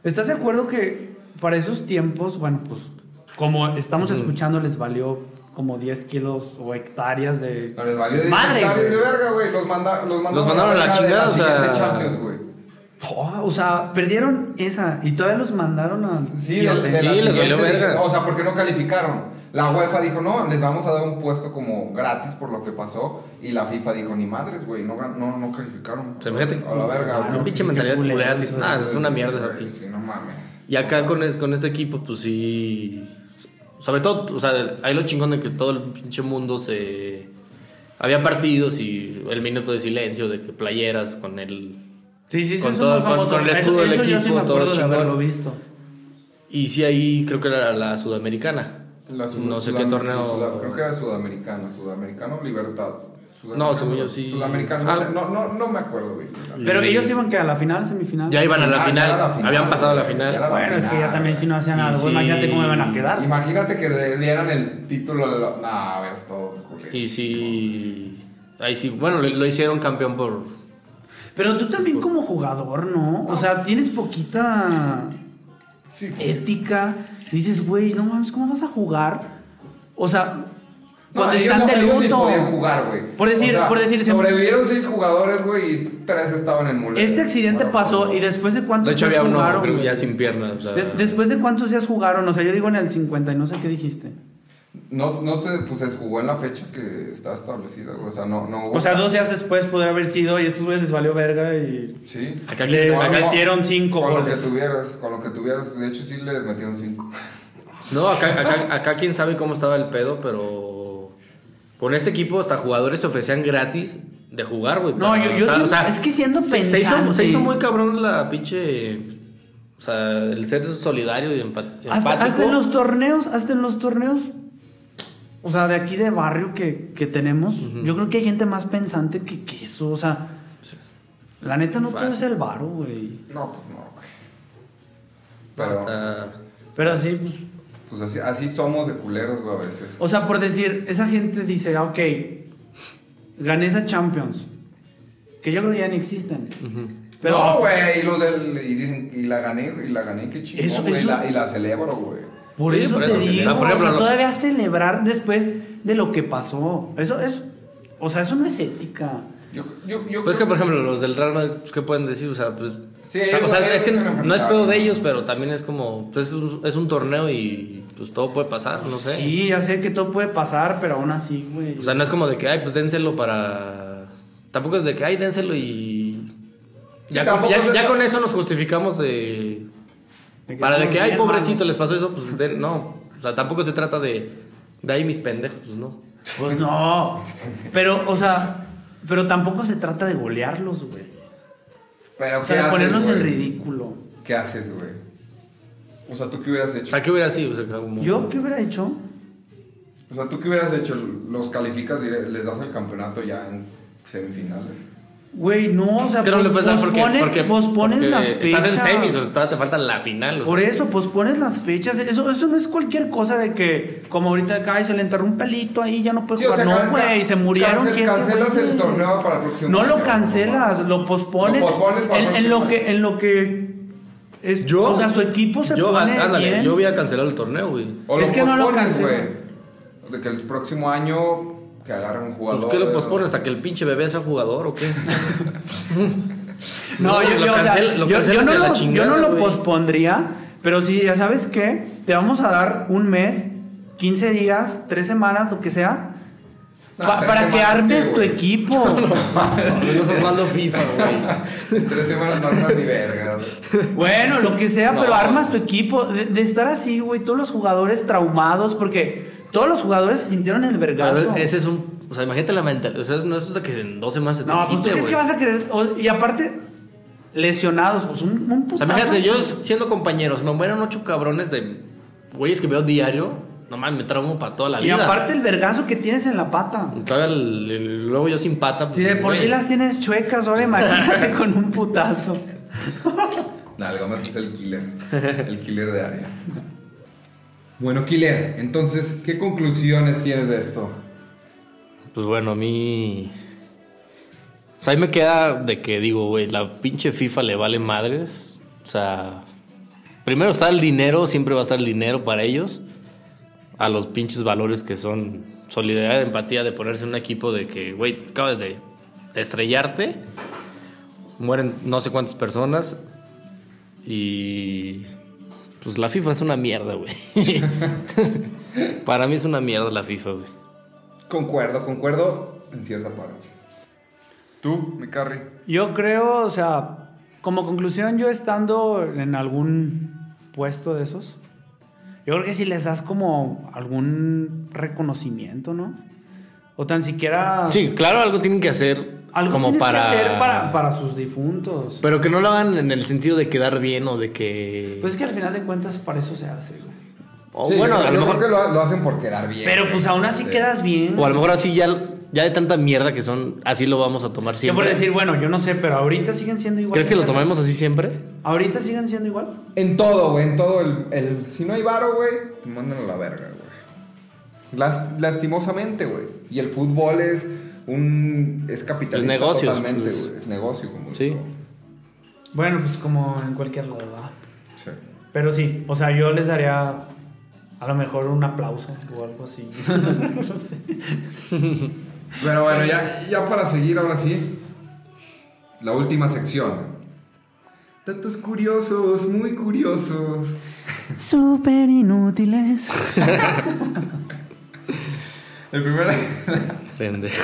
[SPEAKER 4] ¿estás de acuerdo que para esos tiempos, bueno, pues. Como estamos escuchando, les valió como 10 kilos o hectáreas de.
[SPEAKER 3] No les valió de
[SPEAKER 4] Madre,
[SPEAKER 3] hectáreas de
[SPEAKER 4] güey.
[SPEAKER 3] verga, güey. Los, manda- los mandaron,
[SPEAKER 5] Los mandaron a la
[SPEAKER 3] verga de
[SPEAKER 5] chingada, o sea.
[SPEAKER 3] siguiente Champions, güey.
[SPEAKER 4] Oh, o sea, perdieron esa y todavía los mandaron al.
[SPEAKER 3] Sí, de-
[SPEAKER 4] guillotine.
[SPEAKER 3] de la
[SPEAKER 5] Sí, les
[SPEAKER 3] siguiente-
[SPEAKER 5] valió verga.
[SPEAKER 3] O sea, porque no calificaron. La UEFA dijo, no, les vamos a dar un puesto como gratis por lo que pasó. Y la FIFA dijo, ni madres, güey, no, gan- no, no calificaron.
[SPEAKER 5] O sea, imagínate.
[SPEAKER 3] A la verga,
[SPEAKER 5] Una
[SPEAKER 3] güey.
[SPEAKER 5] Ah, pinche
[SPEAKER 4] sí, qué
[SPEAKER 5] mentalidad
[SPEAKER 4] culero
[SPEAKER 5] culera.
[SPEAKER 4] eso,
[SPEAKER 5] Ah, es una mierda. esa
[SPEAKER 3] Güey,
[SPEAKER 5] pinche.
[SPEAKER 3] Sí, no mames.
[SPEAKER 5] Y acá con, es- con este equipo, pues sí. Sobre todo, o sea, hay lo chingón de que todo el pinche mundo se. Había partidos y el minuto de silencio, de que playeras con el.
[SPEAKER 4] Sí, sí, sí.
[SPEAKER 5] Con
[SPEAKER 4] eso
[SPEAKER 5] todo-
[SPEAKER 4] es muy
[SPEAKER 5] con-
[SPEAKER 4] famoso.
[SPEAKER 5] con el
[SPEAKER 4] Eso-
[SPEAKER 5] escudo del
[SPEAKER 4] eso yo sí
[SPEAKER 5] equipo,
[SPEAKER 4] me
[SPEAKER 5] todo
[SPEAKER 4] acuerdo de
[SPEAKER 5] chingón.
[SPEAKER 4] haberlo visto.
[SPEAKER 5] Y sí, ahí creo que era la sudamericana.
[SPEAKER 3] La sud-
[SPEAKER 5] no sé
[SPEAKER 3] sudam-
[SPEAKER 5] qué
[SPEAKER 3] sí,
[SPEAKER 5] torneo.
[SPEAKER 3] sudam- creo que era sudamericano, sudamericano Libertad.
[SPEAKER 5] No, según yo sí.
[SPEAKER 3] Sudamericano,
[SPEAKER 5] Ah.
[SPEAKER 3] o sea, no, no, no me acuerdo bien.
[SPEAKER 4] Pero
[SPEAKER 5] Y-
[SPEAKER 4] ellos iban que a la final, semifinal.
[SPEAKER 5] Ya iban a la,
[SPEAKER 3] Ah, ya
[SPEAKER 5] final.
[SPEAKER 3] era la final,
[SPEAKER 5] Habían pasado a la
[SPEAKER 3] güey, ya
[SPEAKER 5] final.
[SPEAKER 3] era la
[SPEAKER 4] Bueno, es que ya
[SPEAKER 3] final.
[SPEAKER 4] también si no hacían
[SPEAKER 5] Y
[SPEAKER 4] algo,
[SPEAKER 5] sí.
[SPEAKER 4] imagínate cómo iban a quedar.
[SPEAKER 3] Imagínate que le dieran el título a la... No, ves todo culero.
[SPEAKER 5] Y sí. Ahí sí. Bueno, lo, lo hicieron campeón por.
[SPEAKER 4] Pero tú también como jugador, ¿no? O sea, tienes poquita
[SPEAKER 3] Sí, porque-
[SPEAKER 4] Eh, ética. Dices, güey, no mames, ¿cómo vas a jugar? O sea,
[SPEAKER 3] No,
[SPEAKER 4] cuando
[SPEAKER 3] ellos
[SPEAKER 4] están
[SPEAKER 3] no-
[SPEAKER 4] de
[SPEAKER 3] ellos ni
[SPEAKER 4] luto.
[SPEAKER 3] podían jugar, güey.
[SPEAKER 4] Por decir- por decir, se-
[SPEAKER 3] Sobrevivieron seis jugadores, güey, y tres estaban en muleta.
[SPEAKER 4] Este accidente
[SPEAKER 3] Bueno,
[SPEAKER 4] pasó
[SPEAKER 3] como-
[SPEAKER 4] y después de cuántos
[SPEAKER 5] De hecho,
[SPEAKER 4] días
[SPEAKER 5] había uno
[SPEAKER 4] jugaron.
[SPEAKER 5] creo,
[SPEAKER 4] güey?
[SPEAKER 5] ya sin piernas. o sea,
[SPEAKER 4] Des- después de cuántos días jugaron, o sea, yo digo en el 50 y no sé qué dijiste.
[SPEAKER 3] No, no se, pues se jugó en la fecha que estaba establecida, güey. O sea, no, no hubo-
[SPEAKER 4] O sea, dos días después podría haber sido y estos güeyes les valió verga y
[SPEAKER 3] Sí.
[SPEAKER 5] Acá
[SPEAKER 4] Les
[SPEAKER 5] acá-
[SPEAKER 4] metieron cinco
[SPEAKER 3] Con
[SPEAKER 4] goles.
[SPEAKER 3] lo que tuvieras, con lo que tuvieras. De hecho, sí les metieron cinco.
[SPEAKER 5] No, acá, acá, acá quién sabe cómo estaba el pedo, pero con este equipo hasta jugadores se ofrecían gratis de jugar, güey.
[SPEAKER 4] No,
[SPEAKER 5] para-
[SPEAKER 4] yo- yo sí- es que siendo
[SPEAKER 5] se, se hizo,
[SPEAKER 4] pensante.
[SPEAKER 5] se hizo muy cabrón la pinche... O sea, el ser solidario y empa- empático.
[SPEAKER 4] Hasta, hasta en los torneos, hasta en los torneos, o sea, de aquí de barrio que, que tenemos, yo creo que hay gente más pensante que, que eso, o sea, la neta no todo
[SPEAKER 5] Fácil.
[SPEAKER 4] es el varo, güey.
[SPEAKER 3] No, pues no, güey. Pero.
[SPEAKER 5] Hasta-
[SPEAKER 4] Pero así, pues,
[SPEAKER 3] Pues así, así somos de culeros, güey, a veces.
[SPEAKER 4] O sea, por decir, esa gente dice, "Ah, ok, gané esa Champions, que yo creo que ya no existen. Pero
[SPEAKER 3] no, güey, y los del. Y dicen, y la gané, y la gané, qué chingón,
[SPEAKER 4] Eso-
[SPEAKER 3] güey,
[SPEAKER 4] eso-
[SPEAKER 3] y, la, y la celebro, güey.
[SPEAKER 4] por
[SPEAKER 5] Sí,
[SPEAKER 4] eso
[SPEAKER 5] por
[SPEAKER 4] te
[SPEAKER 5] eso, sí.
[SPEAKER 4] digo,
[SPEAKER 5] Ah, por ejemplo,
[SPEAKER 4] o sea,
[SPEAKER 5] lo-
[SPEAKER 4] todavía celebrar después de lo que pasó. Eso es, o sea, eso no es ética.
[SPEAKER 3] Yo, yo, yo
[SPEAKER 5] Pues es que,
[SPEAKER 3] creo
[SPEAKER 5] por ejemplo, los del Real Madrid, pues, ¿qué pueden decir? O sea, pues.
[SPEAKER 3] Sí,
[SPEAKER 5] o
[SPEAKER 3] güey,
[SPEAKER 5] sea, es que
[SPEAKER 3] es una
[SPEAKER 5] no es pedo
[SPEAKER 3] enfermedad,
[SPEAKER 5] de
[SPEAKER 3] ¿no?
[SPEAKER 5] ellos, pero también es como. Pues, es, un, es un torneo y pues todo puede pasar, no sé.
[SPEAKER 4] Sí, ya sé que todo puede pasar, pero aún así, güey.
[SPEAKER 5] O sea, no es como de que, ay, pues dénselo para. Tampoco es de que, ay, dénselo y. Ya,
[SPEAKER 3] Sí,
[SPEAKER 5] con,
[SPEAKER 3] tampoco
[SPEAKER 5] ya-
[SPEAKER 3] es de-
[SPEAKER 5] ya con eso nos justificamos de.
[SPEAKER 4] De que
[SPEAKER 5] para de
[SPEAKER 4] estamos
[SPEAKER 5] que, ay,
[SPEAKER 4] bien
[SPEAKER 5] pobrecito,
[SPEAKER 4] malos.
[SPEAKER 5] les pasó eso, pues de- no. O sea, tampoco se trata de. De ahí mis pendejos, pues no.
[SPEAKER 4] Pues no. Pero, o sea, pero tampoco se trata de golearlos, güey.
[SPEAKER 3] Pero,
[SPEAKER 4] O
[SPEAKER 3] ¿qué
[SPEAKER 4] sea, de
[SPEAKER 3] haces,
[SPEAKER 4] ponernos en
[SPEAKER 3] güey?
[SPEAKER 4] ridículo.
[SPEAKER 3] ¿Qué haces, güey? O sea, ¿tú qué hubieras
[SPEAKER 5] O
[SPEAKER 3] hecho?
[SPEAKER 5] sea, ¿qué hubiera sido? O sea, como-
[SPEAKER 4] ¿Yo qué hubiera hecho?
[SPEAKER 3] O sea, ¿tú qué hubieras hecho? ¿Los calificas y les das el campeonato ya en semifinales?
[SPEAKER 4] Güey, no, o sea,
[SPEAKER 5] Es que no le
[SPEAKER 4] pos-
[SPEAKER 5] puedes dar porque,
[SPEAKER 4] pospones,
[SPEAKER 5] porque-
[SPEAKER 4] pospones
[SPEAKER 5] porque
[SPEAKER 4] las fechas.
[SPEAKER 5] Estás en semis, o sea, todavía te falta la final. o
[SPEAKER 4] Por
[SPEAKER 5] sea.
[SPEAKER 4] eso, pospones las fechas. Eso, eso no es cualquier cosa de que, como ahorita acá y se le enterró un pelito ahí, ya no puedes
[SPEAKER 3] Sí, o
[SPEAKER 4] jugar.
[SPEAKER 3] sea,
[SPEAKER 4] no,
[SPEAKER 3] can-
[SPEAKER 4] güey, se murieron
[SPEAKER 3] cancel-
[SPEAKER 4] siete
[SPEAKER 3] cancelas el
[SPEAKER 4] güeyes.
[SPEAKER 3] torneo para el próximo
[SPEAKER 4] No lo
[SPEAKER 3] año,
[SPEAKER 4] cancelas,
[SPEAKER 3] ¿no?
[SPEAKER 4] lo pospones.
[SPEAKER 3] Lo pospones para el
[SPEAKER 4] en, en lo
[SPEAKER 3] próximo
[SPEAKER 4] que, en lo que es, o sea, su equipo se
[SPEAKER 5] yo,
[SPEAKER 4] pone
[SPEAKER 5] á- ándale,
[SPEAKER 4] bien.
[SPEAKER 5] yo voy a cancelar el torneo, güey.
[SPEAKER 3] O
[SPEAKER 4] Es
[SPEAKER 3] lo
[SPEAKER 4] que no lo
[SPEAKER 3] pospones,
[SPEAKER 4] cancela.
[SPEAKER 3] güey. De que el próximo año que agarre un
[SPEAKER 5] Pues,
[SPEAKER 3] jugador.
[SPEAKER 5] ¿Qué lo
[SPEAKER 3] güey,
[SPEAKER 5] pospones?
[SPEAKER 3] o-
[SPEAKER 5] ¿Hasta que el pinche bebé sea jugador o qué?
[SPEAKER 4] <laughs> No, yo,
[SPEAKER 5] lo
[SPEAKER 4] yo, o sea,
[SPEAKER 5] cancela- lo
[SPEAKER 4] yo- yo
[SPEAKER 5] cancelas
[SPEAKER 4] no
[SPEAKER 5] y a la
[SPEAKER 4] lo, yo no
[SPEAKER 5] chingada,
[SPEAKER 4] lo
[SPEAKER 5] güey.
[SPEAKER 4] pospondría, pero si ya sabes qué, te vamos a dar un mes, 15 días, 3 semanas, lo que sea,
[SPEAKER 3] No,
[SPEAKER 4] pa-
[SPEAKER 3] tres
[SPEAKER 4] para que
[SPEAKER 3] semanas,
[SPEAKER 4] armes
[SPEAKER 3] ¿qué,
[SPEAKER 4] tu
[SPEAKER 3] güey?
[SPEAKER 5] <laughs>
[SPEAKER 4] equipo.
[SPEAKER 5] Yo estoy jugando FIFA,
[SPEAKER 4] <laughs>
[SPEAKER 5] güey.
[SPEAKER 3] En <laughs> tres semanas no armas ni verga. güey.
[SPEAKER 4] bueno, lo que sea,
[SPEAKER 5] No.
[SPEAKER 4] pero armas tu equipo. De, de estar así, güey, todos los jugadores traumados, porque todos los jugadores se sintieron el vergazo.
[SPEAKER 5] Pero Ah, Ese es un. O sea, imagínate la mentalidad. O sea, no es de que en dos semanas se te
[SPEAKER 4] No, pues tú
[SPEAKER 5] quite,
[SPEAKER 4] crees
[SPEAKER 5] güey.
[SPEAKER 4] que vas a querer. o- y aparte, lesionados, pues un, un
[SPEAKER 5] O
[SPEAKER 4] putazo.
[SPEAKER 5] sea, imagínate, yo siendo compañeros, me mueren ocho cabrones de güeyes que veo diario. No mames, me traumo para toda la
[SPEAKER 4] Y
[SPEAKER 5] vida.
[SPEAKER 4] aparte, el vergazo que tienes en la pata.
[SPEAKER 5] Todavía el- el- luego yo sin pata. pues,
[SPEAKER 4] Si de por
[SPEAKER 5] güey.
[SPEAKER 4] sí las tienes chuecas, ahora imagínate <laughs> con un putazo.
[SPEAKER 3] Nalga más es el killer. El killer de área. Bueno, killer, entonces, ¿qué conclusiones tienes de esto?
[SPEAKER 5] Pues bueno, a mí. O sea, ahí me queda de que digo, güey, la pinche FIFA le vale madres. O sea, primero está el dinero, siempre va a estar el dinero para ellos. A los pinches valores que son solidaridad, empatía, de ponerse en un equipo de que, güey, acabas de, de estrellarte. Mueren no sé cuántas personas. Y. Pues la FIFA es una mierda, güey. <laughs> para mí es una mierda la FIFA, güey.
[SPEAKER 3] Concuerdo, concuerdo en cierta parte. ¿Tú, mi carry?
[SPEAKER 4] Yo creo, o sea, como conclusión, yo estando en algún puesto de esos, yo creo que si les das como algún reconocimiento, ¿no? O tan siquiera
[SPEAKER 5] Sí, claro, algo tienen que hacer.
[SPEAKER 4] algo
[SPEAKER 5] como
[SPEAKER 4] tienes
[SPEAKER 5] para...
[SPEAKER 4] que hacer para, para sus difuntos.
[SPEAKER 5] Pero que no lo hagan en el sentido de quedar bien o de que.
[SPEAKER 4] Pues es que al final de cuentas para eso se hace, güey.
[SPEAKER 5] o
[SPEAKER 3] Sí,
[SPEAKER 5] bueno,
[SPEAKER 3] yo,
[SPEAKER 5] a
[SPEAKER 3] yo
[SPEAKER 5] lo mejor.
[SPEAKER 3] creo que lo, lo hacen por quedar bien.
[SPEAKER 4] Pero pues aún así
[SPEAKER 3] Sí.
[SPEAKER 4] quedas bien.
[SPEAKER 5] O a lo mejor así ya, ya de tanta mierda que son, así lo vamos a tomar
[SPEAKER 4] Yo
[SPEAKER 5] siempre.
[SPEAKER 4] por decir, bueno, yo no sé, pero ahorita siguen siendo igual.
[SPEAKER 5] ¿Crees que lo tomemos así siempre?
[SPEAKER 4] Ahorita siguen siendo igual.
[SPEAKER 3] En todo, güey, en todo. El, el- si no hay varo, güey, te mandan a la verga, güey. Las- lastimosamente, güey. Y el fútbol es un... Es capitalista
[SPEAKER 5] Es negocios,
[SPEAKER 3] totalmente,
[SPEAKER 5] pues.
[SPEAKER 3] güey. Es negocio, como
[SPEAKER 5] Sí.
[SPEAKER 3] eso.
[SPEAKER 4] Bueno, pues como en cualquier lado, ¿verdad?
[SPEAKER 3] Sí.
[SPEAKER 4] Pero sí, o sea, yo les daría a lo mejor un aplauso o algo así. <laughs> No sé.
[SPEAKER 3] Bueno, bueno, ya, ya para seguir, ahora sí. La última sección. Datos curiosos, muy curiosos.
[SPEAKER 4] Súper inútiles.
[SPEAKER 3] El primer, <laughs>
[SPEAKER 5] Pendejo.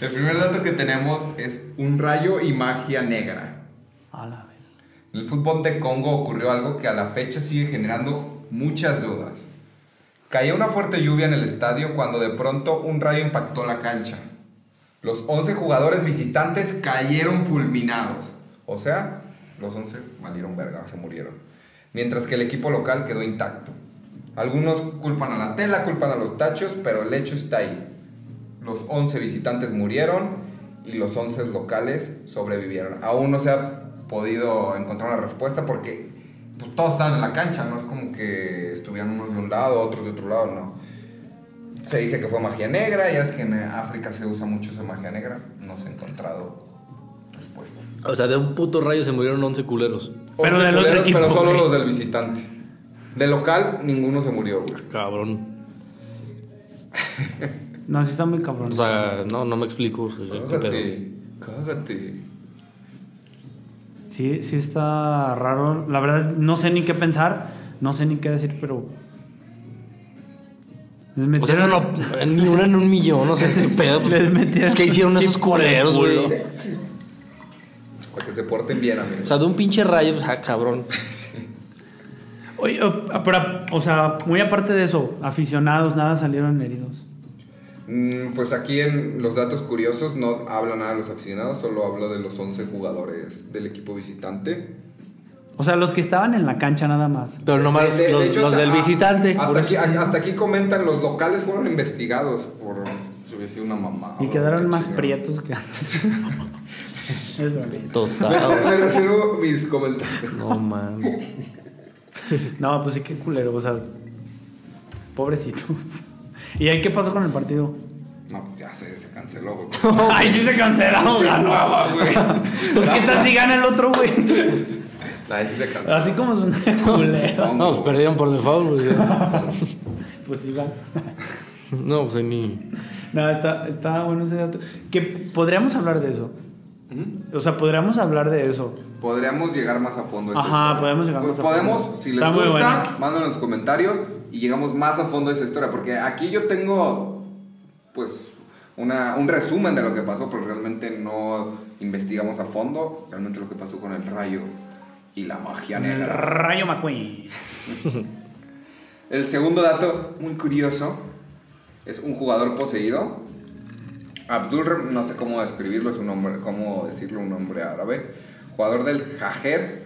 [SPEAKER 3] el primer dato que tenemos es un rayo y magia negra.
[SPEAKER 4] A la verga.
[SPEAKER 3] En el fútbol de Congo ocurrió algo que a la fecha sigue generando muchas dudas. Caía una fuerte lluvia en el estadio cuando de pronto un rayo impactó la cancha. Los 11 jugadores visitantes cayeron fulminados. O sea, los 11 valieron verga, se murieron. Mientras que el equipo local quedó intacto. Algunos culpan a la tela, culpan a los tachos, pero el hecho está ahí. Los 11 visitantes murieron y los 11 locales sobrevivieron. Aún no se ha podido encontrar una respuesta porque pues todos estaban en la cancha, no es como que estuvieran unos de un lado, otros de otro lado, no. Se dice que fue magia negra, ya es que en África se usa mucho esa magia negra, no se ha encontrado respuesta.
[SPEAKER 5] O sea, de un puto rayo se murieron 11 culeros.
[SPEAKER 4] Pero
[SPEAKER 3] Once
[SPEAKER 4] del otro
[SPEAKER 3] culeros,
[SPEAKER 4] equipo,
[SPEAKER 3] Pero solo
[SPEAKER 4] güey.
[SPEAKER 3] los del visitante. De local, ninguno se murió, güey.
[SPEAKER 5] Cabrón.
[SPEAKER 4] No, sí está muy cabrón.
[SPEAKER 5] O sea, no, no me explico. o
[SPEAKER 4] Pues,
[SPEAKER 5] sea, qué pedo.
[SPEAKER 3] Cágate, cágate.
[SPEAKER 4] Sí, sí está raro. La verdad, no sé ni qué pensar, no sé ni qué decir, pero. Les
[SPEAKER 5] O sea,
[SPEAKER 4] metieron-
[SPEAKER 5] no, ni una en un millón,
[SPEAKER 4] <laughs>
[SPEAKER 5] no sé qué pedo. pues,
[SPEAKER 4] Les metieron
[SPEAKER 5] ¿Qué hicieron
[SPEAKER 4] un
[SPEAKER 5] esos
[SPEAKER 4] chip por el
[SPEAKER 5] culeros,
[SPEAKER 4] culo.
[SPEAKER 5] güey?
[SPEAKER 3] Para que se porten bien, amigos.
[SPEAKER 5] O sea, de un pinche rayo, pues, ah, cabrón.
[SPEAKER 4] Oye, o- ah, pero, o sea, muy aparte de eso, aficionados, nada salieron heridos.
[SPEAKER 3] Mm, Pues aquí en los datos curiosos no habla nada de los aficionados, solo habla de los 11 jugadores del equipo visitante.
[SPEAKER 4] O sea, los que estaban en la cancha nada más.
[SPEAKER 5] Pero nomás
[SPEAKER 3] De- de
[SPEAKER 5] los,
[SPEAKER 3] hecho,
[SPEAKER 5] los
[SPEAKER 3] hasta-
[SPEAKER 5] del
[SPEAKER 3] ah,
[SPEAKER 5] visitante. por
[SPEAKER 3] Hasta aquí,
[SPEAKER 5] eso-
[SPEAKER 3] hasta aquí comentan, los locales fueron investigados por si hubiese sido una mamá.
[SPEAKER 4] Y quedaron más prietos que <laughs> Es verdad.
[SPEAKER 5] Tostado.
[SPEAKER 3] Me reservo mis comentarios.
[SPEAKER 5] No mames.
[SPEAKER 4] No, pues sí, qué culero, o sea. Pobrecitos. <laughs> ¿Y ahí qué pasó con el partido?
[SPEAKER 3] No, pues ya se, se canceló,
[SPEAKER 5] <laughs>
[SPEAKER 3] güey.
[SPEAKER 4] <laughs> Ay, sí se cancelaron, ganó.
[SPEAKER 3] Guava, güey.
[SPEAKER 4] Pues qué tal si gana el otro, güey. <laughs>
[SPEAKER 3] Nah, sí se canceló.
[SPEAKER 4] Así como es un <laughs> culero.
[SPEAKER 3] No,
[SPEAKER 5] No, pues perdieron por default, güey.
[SPEAKER 4] <laughs> Pues sí va.
[SPEAKER 5] No, pues ni.
[SPEAKER 4] No, está, está bueno ese dato. Que podríamos hablar de eso. O sea, podríamos hablar de eso.
[SPEAKER 3] Podríamos llegar más a fondo. a esta
[SPEAKER 4] Ajá,
[SPEAKER 3] historia.
[SPEAKER 4] podemos llegar más a
[SPEAKER 3] podemos,
[SPEAKER 4] fondo.
[SPEAKER 3] si les
[SPEAKER 4] Está muy
[SPEAKER 3] gusta,
[SPEAKER 4] buena.
[SPEAKER 3] mándanos en los comentarios y llegamos más a fondo de esa historia. Porque aquí yo tengo, pues, una, un resumen de lo que pasó, pero realmente no investigamos a fondo realmente lo que pasó con el rayo y la magia
[SPEAKER 4] El
[SPEAKER 3] negra.
[SPEAKER 4] Rayo McQueen.
[SPEAKER 3] El segundo dato muy curioso es un jugador poseído. Abdul, Rem- no sé cómo describirlo, es un nombre, cómo decirlo, un nombre árabe. Jugador del Jajer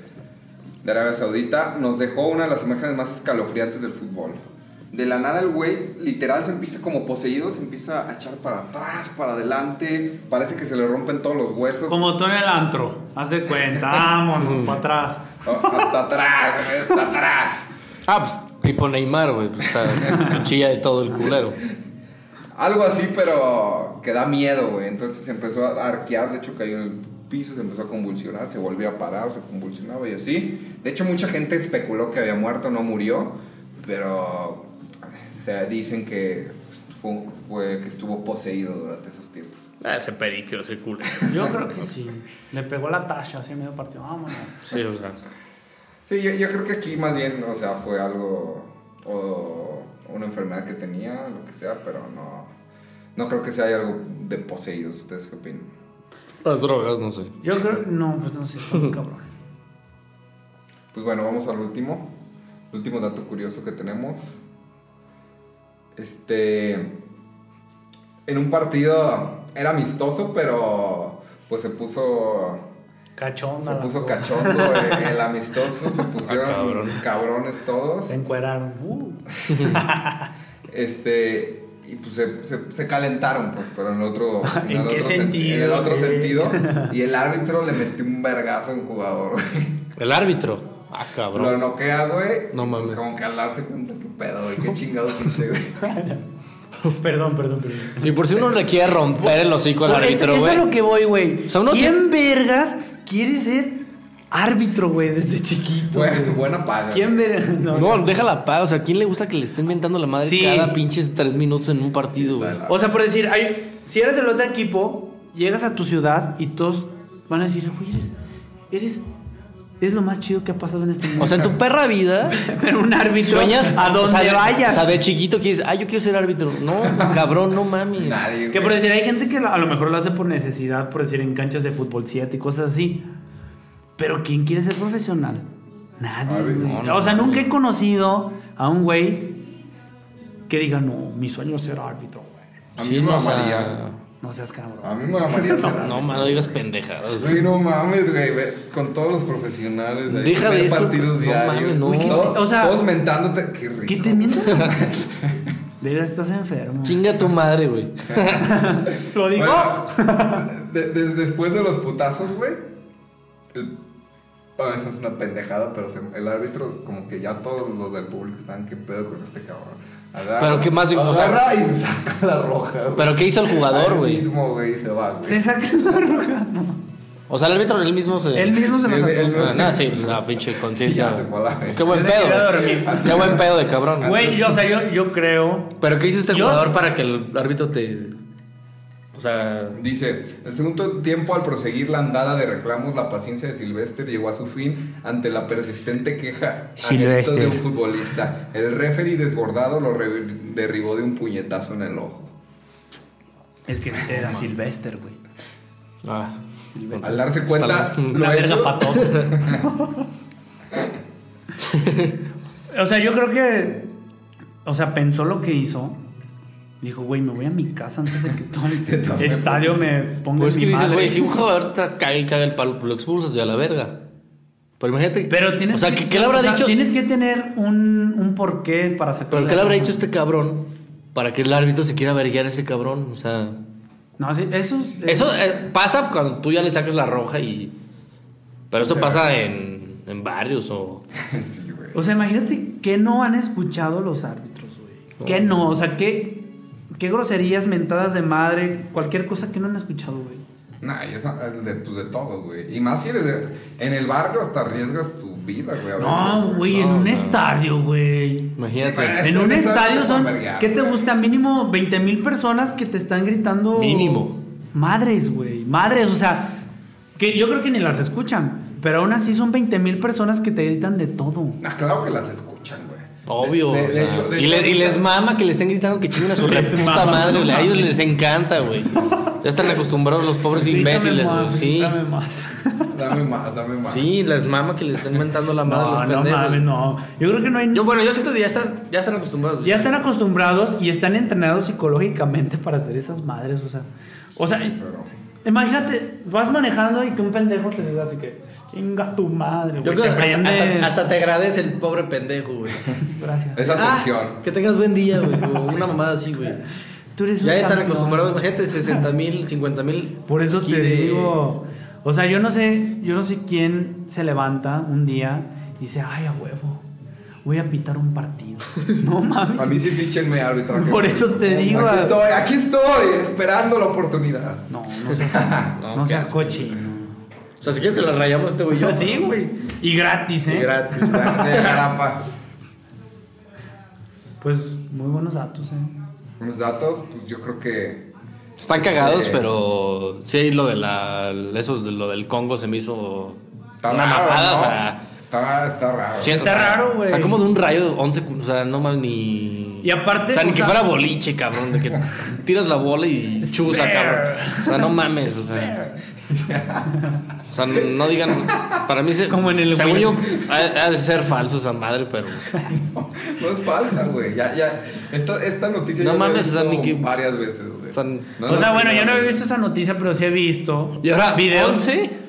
[SPEAKER 3] de Arabia Saudita, nos dejó una de las imágenes más escalofriantes del fútbol. De la nada el güey literal se empieza como poseído, se empieza a echar para atrás, para adelante, parece que se le rompen todos los huesos.
[SPEAKER 4] Como tú en el antro. Haz de cuenta. Vámonos para atrás.
[SPEAKER 3] Oh, Hasta atrás, hasta atrás.
[SPEAKER 5] Ah, pues tipo Neymar, güey. Pues,
[SPEAKER 4] <laughs>
[SPEAKER 5] está cuchilla de todo el culero.
[SPEAKER 3] Algo así, pero que da miedo, güey. Entonces se empezó a arquear, de hecho cayó en el piso, se empezó a convulsionar, se volvió a parar, se convulsionaba y así. De hecho, mucha gente especuló que había muerto, no murió, pero se dicen que fue, fue que estuvo poseído durante esos tiempos.
[SPEAKER 5] Ah, ese periquero, ese culero.
[SPEAKER 4] Yo creo que sí. Le pegó la tacha así en medio partido. Vámonos.
[SPEAKER 5] Sí, o sea.
[SPEAKER 3] Sí, yo, yo creo que aquí más bien, o sea, fue algo o una enfermedad que tenía, lo que sea, pero no, no creo que sea algo de poseídos. ¿Ustedes qué opinan?
[SPEAKER 5] Las drogas, no sé.
[SPEAKER 4] Yo creo. No, pues no sé, está
[SPEAKER 5] <laughs>
[SPEAKER 4] muy cabrón.
[SPEAKER 3] Pues bueno, vamos al último. El último dato curioso que tenemos. Este. En un partido era amistoso, pero pues se puso.
[SPEAKER 4] Cachonda.
[SPEAKER 3] Se
[SPEAKER 4] la
[SPEAKER 3] puso
[SPEAKER 4] cosa.
[SPEAKER 3] cachondo el,
[SPEAKER 4] <laughs>
[SPEAKER 3] el amistoso, se pusieron
[SPEAKER 5] Ah, cabrón.
[SPEAKER 3] cabrones todos.
[SPEAKER 4] Se encueraron. Uh. <laughs>
[SPEAKER 3] Este. Y pues se, se- se calentaron, pues, pero en el
[SPEAKER 4] <laughs>
[SPEAKER 3] otro.
[SPEAKER 4] ¿En
[SPEAKER 3] el
[SPEAKER 4] qué
[SPEAKER 3] otro sen-
[SPEAKER 4] sentido,
[SPEAKER 3] En el otro
[SPEAKER 4] güey?
[SPEAKER 3] sentido.
[SPEAKER 4] <laughs>
[SPEAKER 3] Y el árbitro le metió un vergazo a un jugador, güey.
[SPEAKER 5] El árbitro. Ah,
[SPEAKER 3] Lo
[SPEAKER 5] cabrón.
[SPEAKER 3] noquea, güey. No
[SPEAKER 5] No
[SPEAKER 3] mames.
[SPEAKER 5] mames.
[SPEAKER 3] Pues como que al darse cuenta, qué pedo, güey. Qué chingados hice, güey.
[SPEAKER 5] <laughs>
[SPEAKER 4] Perdón, perdón, perdón.
[SPEAKER 5] Y por si uno le quiere romper el hocico al
[SPEAKER 4] Por eso-
[SPEAKER 5] árbitro,
[SPEAKER 4] eso es lo
[SPEAKER 5] güey.
[SPEAKER 4] que voy, güey.
[SPEAKER 5] O sea, uno
[SPEAKER 4] ¿Quién vergas quiere ser árbitro, güey, desde chiquito?
[SPEAKER 3] Güey,
[SPEAKER 4] güey?
[SPEAKER 3] buena paga.
[SPEAKER 4] ¿Quién vergas? <laughs> No,
[SPEAKER 5] No, déjala paz. O sea, ¿quién le gusta que le estén inventando la madre
[SPEAKER 4] Sí.
[SPEAKER 5] cada pinches tres minutos en un partido, güey?
[SPEAKER 4] O sea, por decir, hay- si eres el otro equipo, llegas a tu ciudad y todos van a decir, güey, eres, eres, eres lo más chido que ha pasado en este mundo.
[SPEAKER 5] O sea, en tu perra vida
[SPEAKER 4] <laughs> pero un árbitro
[SPEAKER 5] sueñas
[SPEAKER 4] a
[SPEAKER 5] o
[SPEAKER 4] donde
[SPEAKER 5] sea, de-
[SPEAKER 4] vayas.
[SPEAKER 5] O sea, de chiquito que dices, ah, yo quiero ser árbitro. No, cabrón, no mames.
[SPEAKER 3] Nadie.
[SPEAKER 4] Que
[SPEAKER 3] güey.
[SPEAKER 4] por decir, hay gente que la- a lo mejor lo hace por necesidad, por decir, en canchas de fútbol 7 y cosas así. Pero ¿quién quiere ser profesional? Nadie.
[SPEAKER 3] Ay,
[SPEAKER 4] güey.
[SPEAKER 3] no,
[SPEAKER 5] no,
[SPEAKER 4] o sea,
[SPEAKER 5] no.
[SPEAKER 4] nunca he conocido a un güey que diga, no, mi sueño es ser árbitro, güey.
[SPEAKER 3] A mí
[SPEAKER 5] Sí,
[SPEAKER 3] me
[SPEAKER 5] no, o sea,
[SPEAKER 3] mamaría.
[SPEAKER 4] No seas cabrón.
[SPEAKER 3] A mí me mamaría. ser
[SPEAKER 5] <laughs> No,
[SPEAKER 3] árbitro.
[SPEAKER 5] no digas pendejadas.
[SPEAKER 3] Güey, no mames, güey. ve, Con todos los profesionales. ahí,
[SPEAKER 5] Deja
[SPEAKER 3] ver
[SPEAKER 5] de eso,
[SPEAKER 3] partidos
[SPEAKER 5] no
[SPEAKER 3] diarios.
[SPEAKER 5] mames, no.
[SPEAKER 3] Uy, qué-
[SPEAKER 4] Todo-
[SPEAKER 3] o sea,
[SPEAKER 4] todos
[SPEAKER 3] todos mentándote. Qué rico.
[SPEAKER 4] ¿Qué te miento? De verdad, estás enfermo.
[SPEAKER 5] Chinga tu madre, güey.
[SPEAKER 4] Lo digo.
[SPEAKER 3] Bueno, de- de- después de los putazos, güey. el- Bueno, eso es una pendejada, pero se- el árbitro, como que ya todos los del público están, ¿qué pedo con este cabrón? Agarra,
[SPEAKER 5] Pero, ¿qué más? O sea-
[SPEAKER 3] Agarra y se saca la roja, güey.
[SPEAKER 5] ¿Pero qué hizo el
[SPEAKER 3] Ahí
[SPEAKER 5] jugador, güey?
[SPEAKER 3] mismo, güey, se va, güey.
[SPEAKER 4] Se saca la roja.
[SPEAKER 5] O sea, el árbitro él mismo se.
[SPEAKER 4] Él mismo se lo
[SPEAKER 3] Él-
[SPEAKER 4] sacó.
[SPEAKER 3] él-
[SPEAKER 5] Ah, no, sí, pues, la pinche conciencia.
[SPEAKER 3] Ya se fue a la verga.
[SPEAKER 5] Qué buen
[SPEAKER 4] Yo se quería
[SPEAKER 5] pedo.
[SPEAKER 4] dormir.
[SPEAKER 5] Qué buen pedo de cabrón.
[SPEAKER 4] Güey, yo, o sea, yo, yo creo.
[SPEAKER 5] Pero ¿qué hizo este
[SPEAKER 4] Yo-
[SPEAKER 5] jugador para que el árbitro te. O sea.
[SPEAKER 3] Dice, el segundo tiempo al proseguir la andada de reclamos, la paciencia de Silvestre llegó a su fin ante la persistente queja a gritos de un futbolista. El referee desbordado lo re- derribó de un puñetazo en el ojo.
[SPEAKER 4] Es que era Sylvester, güey.
[SPEAKER 5] Ah,
[SPEAKER 4] Sylvester.
[SPEAKER 3] Al darse cuenta, lo
[SPEAKER 4] Una verga
[SPEAKER 3] hecho,
[SPEAKER 4] pa' todo. o sea, yo creo que. O sea, pensó lo que hizo. Dijo, güey, me voy a mi casa antes de que todo mi estadio me ponga
[SPEAKER 5] Pues es
[SPEAKER 4] en
[SPEAKER 5] que
[SPEAKER 4] mi
[SPEAKER 5] dices,
[SPEAKER 4] madre.
[SPEAKER 5] güey, si un jugador te caga y caga el palo, pues lo expulsas y a la verga. Pero imagínate.
[SPEAKER 4] Pero tienes
[SPEAKER 5] O sea, ¿qué, qué le
[SPEAKER 4] o
[SPEAKER 5] habrá
[SPEAKER 4] sea,
[SPEAKER 5] dicho?
[SPEAKER 4] Tienes que tener un, un porqué para sacar.
[SPEAKER 5] Pero
[SPEAKER 4] la
[SPEAKER 5] ¿qué le habrá
[SPEAKER 4] roja.
[SPEAKER 5] dicho este cabrón para que el árbitro se quiera verguear a ese cabrón? O sea.
[SPEAKER 4] No, sí, eso. es-
[SPEAKER 5] Eso eh, pasa cuando tú ya le sacas la roja y. Pero eso pasa en, en varios o.
[SPEAKER 3] <laughs> Sí, güey.
[SPEAKER 4] O sea, imagínate que no han escuchado los árbitros, güey. Que no, o sea, qué, qué groserías, mentadas de madre, cualquier cosa que no han escuchado, güey.
[SPEAKER 3] Nah, y eso, el de, pues de todo, güey. Y más si eres de- en el barrio hasta arriesgas tu vida, güey. a
[SPEAKER 4] No,
[SPEAKER 3] veces,
[SPEAKER 4] güey, en
[SPEAKER 3] No,
[SPEAKER 4] un
[SPEAKER 3] no.
[SPEAKER 4] estadio, güey.
[SPEAKER 5] Imagínate.
[SPEAKER 3] Sí,
[SPEAKER 4] En
[SPEAKER 3] Esto
[SPEAKER 4] un
[SPEAKER 3] no es
[SPEAKER 4] estadio
[SPEAKER 3] algo
[SPEAKER 4] son,
[SPEAKER 3] para verguear,
[SPEAKER 4] ¿qué te
[SPEAKER 3] güey.
[SPEAKER 4] gusta? Mínimo 20 mil personas que te están gritando.
[SPEAKER 5] Mínimo.
[SPEAKER 4] Madres, güey. Madres, o sea, que yo creo que ni las escuchan. Pero aún así son 20 mil personas que te gritan de todo.
[SPEAKER 3] Nah, claro que las escuchan, güey.
[SPEAKER 5] Obvio.
[SPEAKER 3] De- de-
[SPEAKER 5] o
[SPEAKER 3] de
[SPEAKER 5] sea,
[SPEAKER 3] hecho- de
[SPEAKER 5] y,
[SPEAKER 3] hecho,
[SPEAKER 5] le- y
[SPEAKER 3] muchas-
[SPEAKER 5] les mama que le estén gritando que chinguen a su re
[SPEAKER 4] <laughs> Les
[SPEAKER 5] puta
[SPEAKER 4] mama,
[SPEAKER 5] madre,
[SPEAKER 4] no
[SPEAKER 5] güey. A ellos
[SPEAKER 4] mames.
[SPEAKER 5] les encanta, güey. Ya están acostumbrados los pobres imbéciles,
[SPEAKER 4] Grítame
[SPEAKER 5] güey.
[SPEAKER 4] más,
[SPEAKER 5] Sí.
[SPEAKER 4] grítame más.
[SPEAKER 3] <laughs> Dame más, dame más.
[SPEAKER 5] Sí, les mama que le estén mentando la <laughs> madre a
[SPEAKER 4] No,
[SPEAKER 5] los
[SPEAKER 4] no
[SPEAKER 5] pendejos.
[SPEAKER 4] mames, no. Yo creo que no hay
[SPEAKER 5] Yo, bueno, yo siento que ya están, ya están acostumbrados. güey.
[SPEAKER 4] Ya están acostumbrados y están entrenados psicológicamente para hacer esas madres, o sea. O sea,
[SPEAKER 3] Pero...
[SPEAKER 4] imagínate, vas manejando y que un pendejo te diga así que, chinga tu madre,
[SPEAKER 5] Yo
[SPEAKER 4] güey.
[SPEAKER 5] creo
[SPEAKER 4] Te
[SPEAKER 5] que hasta-
[SPEAKER 4] prendes.
[SPEAKER 5] hasta, hasta te agradece el pobre pendejo, güey.
[SPEAKER 3] <laughs>
[SPEAKER 4] Gracias.
[SPEAKER 3] Esa atención.
[SPEAKER 5] Ah, que tengas buen día, güey. o Una mamada así, güey.
[SPEAKER 4] Tú eres un
[SPEAKER 5] Ya están
[SPEAKER 4] campeón.
[SPEAKER 5] acostumbrados, imagínate, 60 mil, 50 mil.
[SPEAKER 4] Por eso te
[SPEAKER 5] Aquí de-
[SPEAKER 4] digo. O sea, yo no sé, yo no sé quién se levanta un día y dice, ay, a huevo, voy a pitar un
[SPEAKER 5] <laughs>
[SPEAKER 4] partido. no mames.
[SPEAKER 3] A mí sí fichenme arbitraje.
[SPEAKER 4] Por eso te digo,
[SPEAKER 3] Aquí
[SPEAKER 4] ah.
[SPEAKER 3] estoy, aquí estoy, esperando la oportunidad.
[SPEAKER 4] No, no
[SPEAKER 5] <laughs>
[SPEAKER 4] seas, no,
[SPEAKER 5] No,
[SPEAKER 4] no
[SPEAKER 5] qué
[SPEAKER 4] seas
[SPEAKER 5] asco.
[SPEAKER 4] cochino.
[SPEAKER 5] O sea, si quieres te la rayamos este güey. y yo.
[SPEAKER 4] <laughs> Sí, güey. Y gratis, ¿eh?
[SPEAKER 5] Y
[SPEAKER 3] <laughs>
[SPEAKER 5] gratis.
[SPEAKER 3] De garapa.
[SPEAKER 4] Pues muy buenos datos, ¿eh?
[SPEAKER 3] Unos datos, pues yo creo que.
[SPEAKER 5] Están cagados,
[SPEAKER 3] Eh.
[SPEAKER 5] pero sí lo de la eso de lo del Congo se me hizo
[SPEAKER 3] Está
[SPEAKER 5] una
[SPEAKER 3] raro.
[SPEAKER 5] mamada,
[SPEAKER 3] ¿no?
[SPEAKER 5] o sea,
[SPEAKER 3] Está, está raro.
[SPEAKER 5] sí
[SPEAKER 4] Está raro, güey.
[SPEAKER 5] O sea, como de un rayo 11, cu- o sea, no más ni
[SPEAKER 4] Y aparte,
[SPEAKER 5] o sea, ni
[SPEAKER 4] o
[SPEAKER 5] que
[SPEAKER 4] sea-
[SPEAKER 5] fuera boliche, cabrón, de que
[SPEAKER 4] <laughs>
[SPEAKER 5] tiras la bola y chusa,
[SPEAKER 4] Spare.
[SPEAKER 5] cabrón. O sea, no mames, o sea. O sea, no digan, para mí se,
[SPEAKER 4] Como en el
[SPEAKER 5] según
[SPEAKER 4] Wii.
[SPEAKER 5] yo ha, ha de ser falso esa madre, pero
[SPEAKER 3] <laughs> No es falsa, güey. Ya, ya. Esta, esta noticia
[SPEAKER 5] No
[SPEAKER 3] ya la he
[SPEAKER 5] mames, o sea,
[SPEAKER 3] visto
[SPEAKER 5] ni que-
[SPEAKER 3] varias veces, güey.
[SPEAKER 5] o sea,
[SPEAKER 3] No
[SPEAKER 4] o
[SPEAKER 3] es
[SPEAKER 4] sea,
[SPEAKER 3] la
[SPEAKER 4] bueno, yo no
[SPEAKER 3] primera
[SPEAKER 4] había
[SPEAKER 3] vez.
[SPEAKER 4] visto esa noticia, pero sí he visto.
[SPEAKER 5] y ahora
[SPEAKER 4] videos.
[SPEAKER 5] 11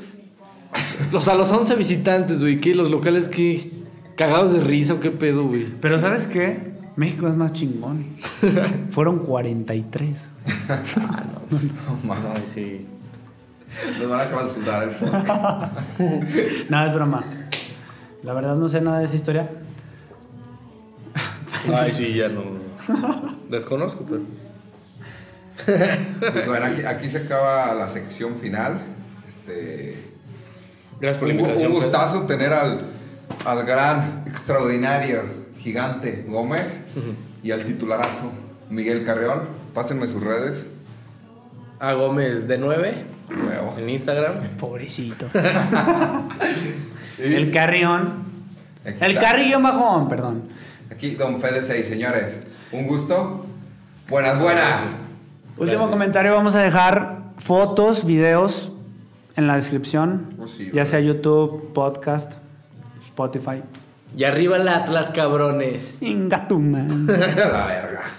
[SPEAKER 5] o sea, los 11 visitantes, güey, que los locales que cagados de risa o qué pedo, güey.
[SPEAKER 4] Pero ¿sabes qué? México es más chingón. Fueron 43.
[SPEAKER 3] No mames,
[SPEAKER 5] Ay, sí.
[SPEAKER 3] Nos van a acabar de sudar el fondo.
[SPEAKER 4] Nada, es broma. La verdad no sé nada de esa historia.
[SPEAKER 5] Ay, sí, ya no. Desconozco, pero.
[SPEAKER 3] Pues bueno, aquí, aquí se acaba la sección final. Este.
[SPEAKER 5] Gracias por la
[SPEAKER 3] Un, gu-
[SPEAKER 5] invitación. pues.
[SPEAKER 3] un
[SPEAKER 5] Fer.
[SPEAKER 3] gustazo tener al, al gran, extraordinario, gigante Gómez y al titularazo Miguel Carreón. Pásenme sus redes.
[SPEAKER 5] A Gómez de 9
[SPEAKER 3] Huevo.
[SPEAKER 5] en Instagram.
[SPEAKER 4] Pobrecito.
[SPEAKER 3] Y
[SPEAKER 4] El carrión.
[SPEAKER 3] aquí
[SPEAKER 4] El
[SPEAKER 3] está.
[SPEAKER 4] carrión bajón, perdón.
[SPEAKER 3] Aquí Don Fede 6, señores. Un gusto. Buenas, buenas.
[SPEAKER 4] Último comentario, vamos a dejar fotos, videos en la descripción.
[SPEAKER 3] Oh, sí,
[SPEAKER 4] ya
[SPEAKER 3] güey.
[SPEAKER 4] sea YouTube, podcast, Spotify.
[SPEAKER 5] Y arriba el Atlas, cabrones.
[SPEAKER 4] Ingatuma.
[SPEAKER 3] <laughs> A la verga.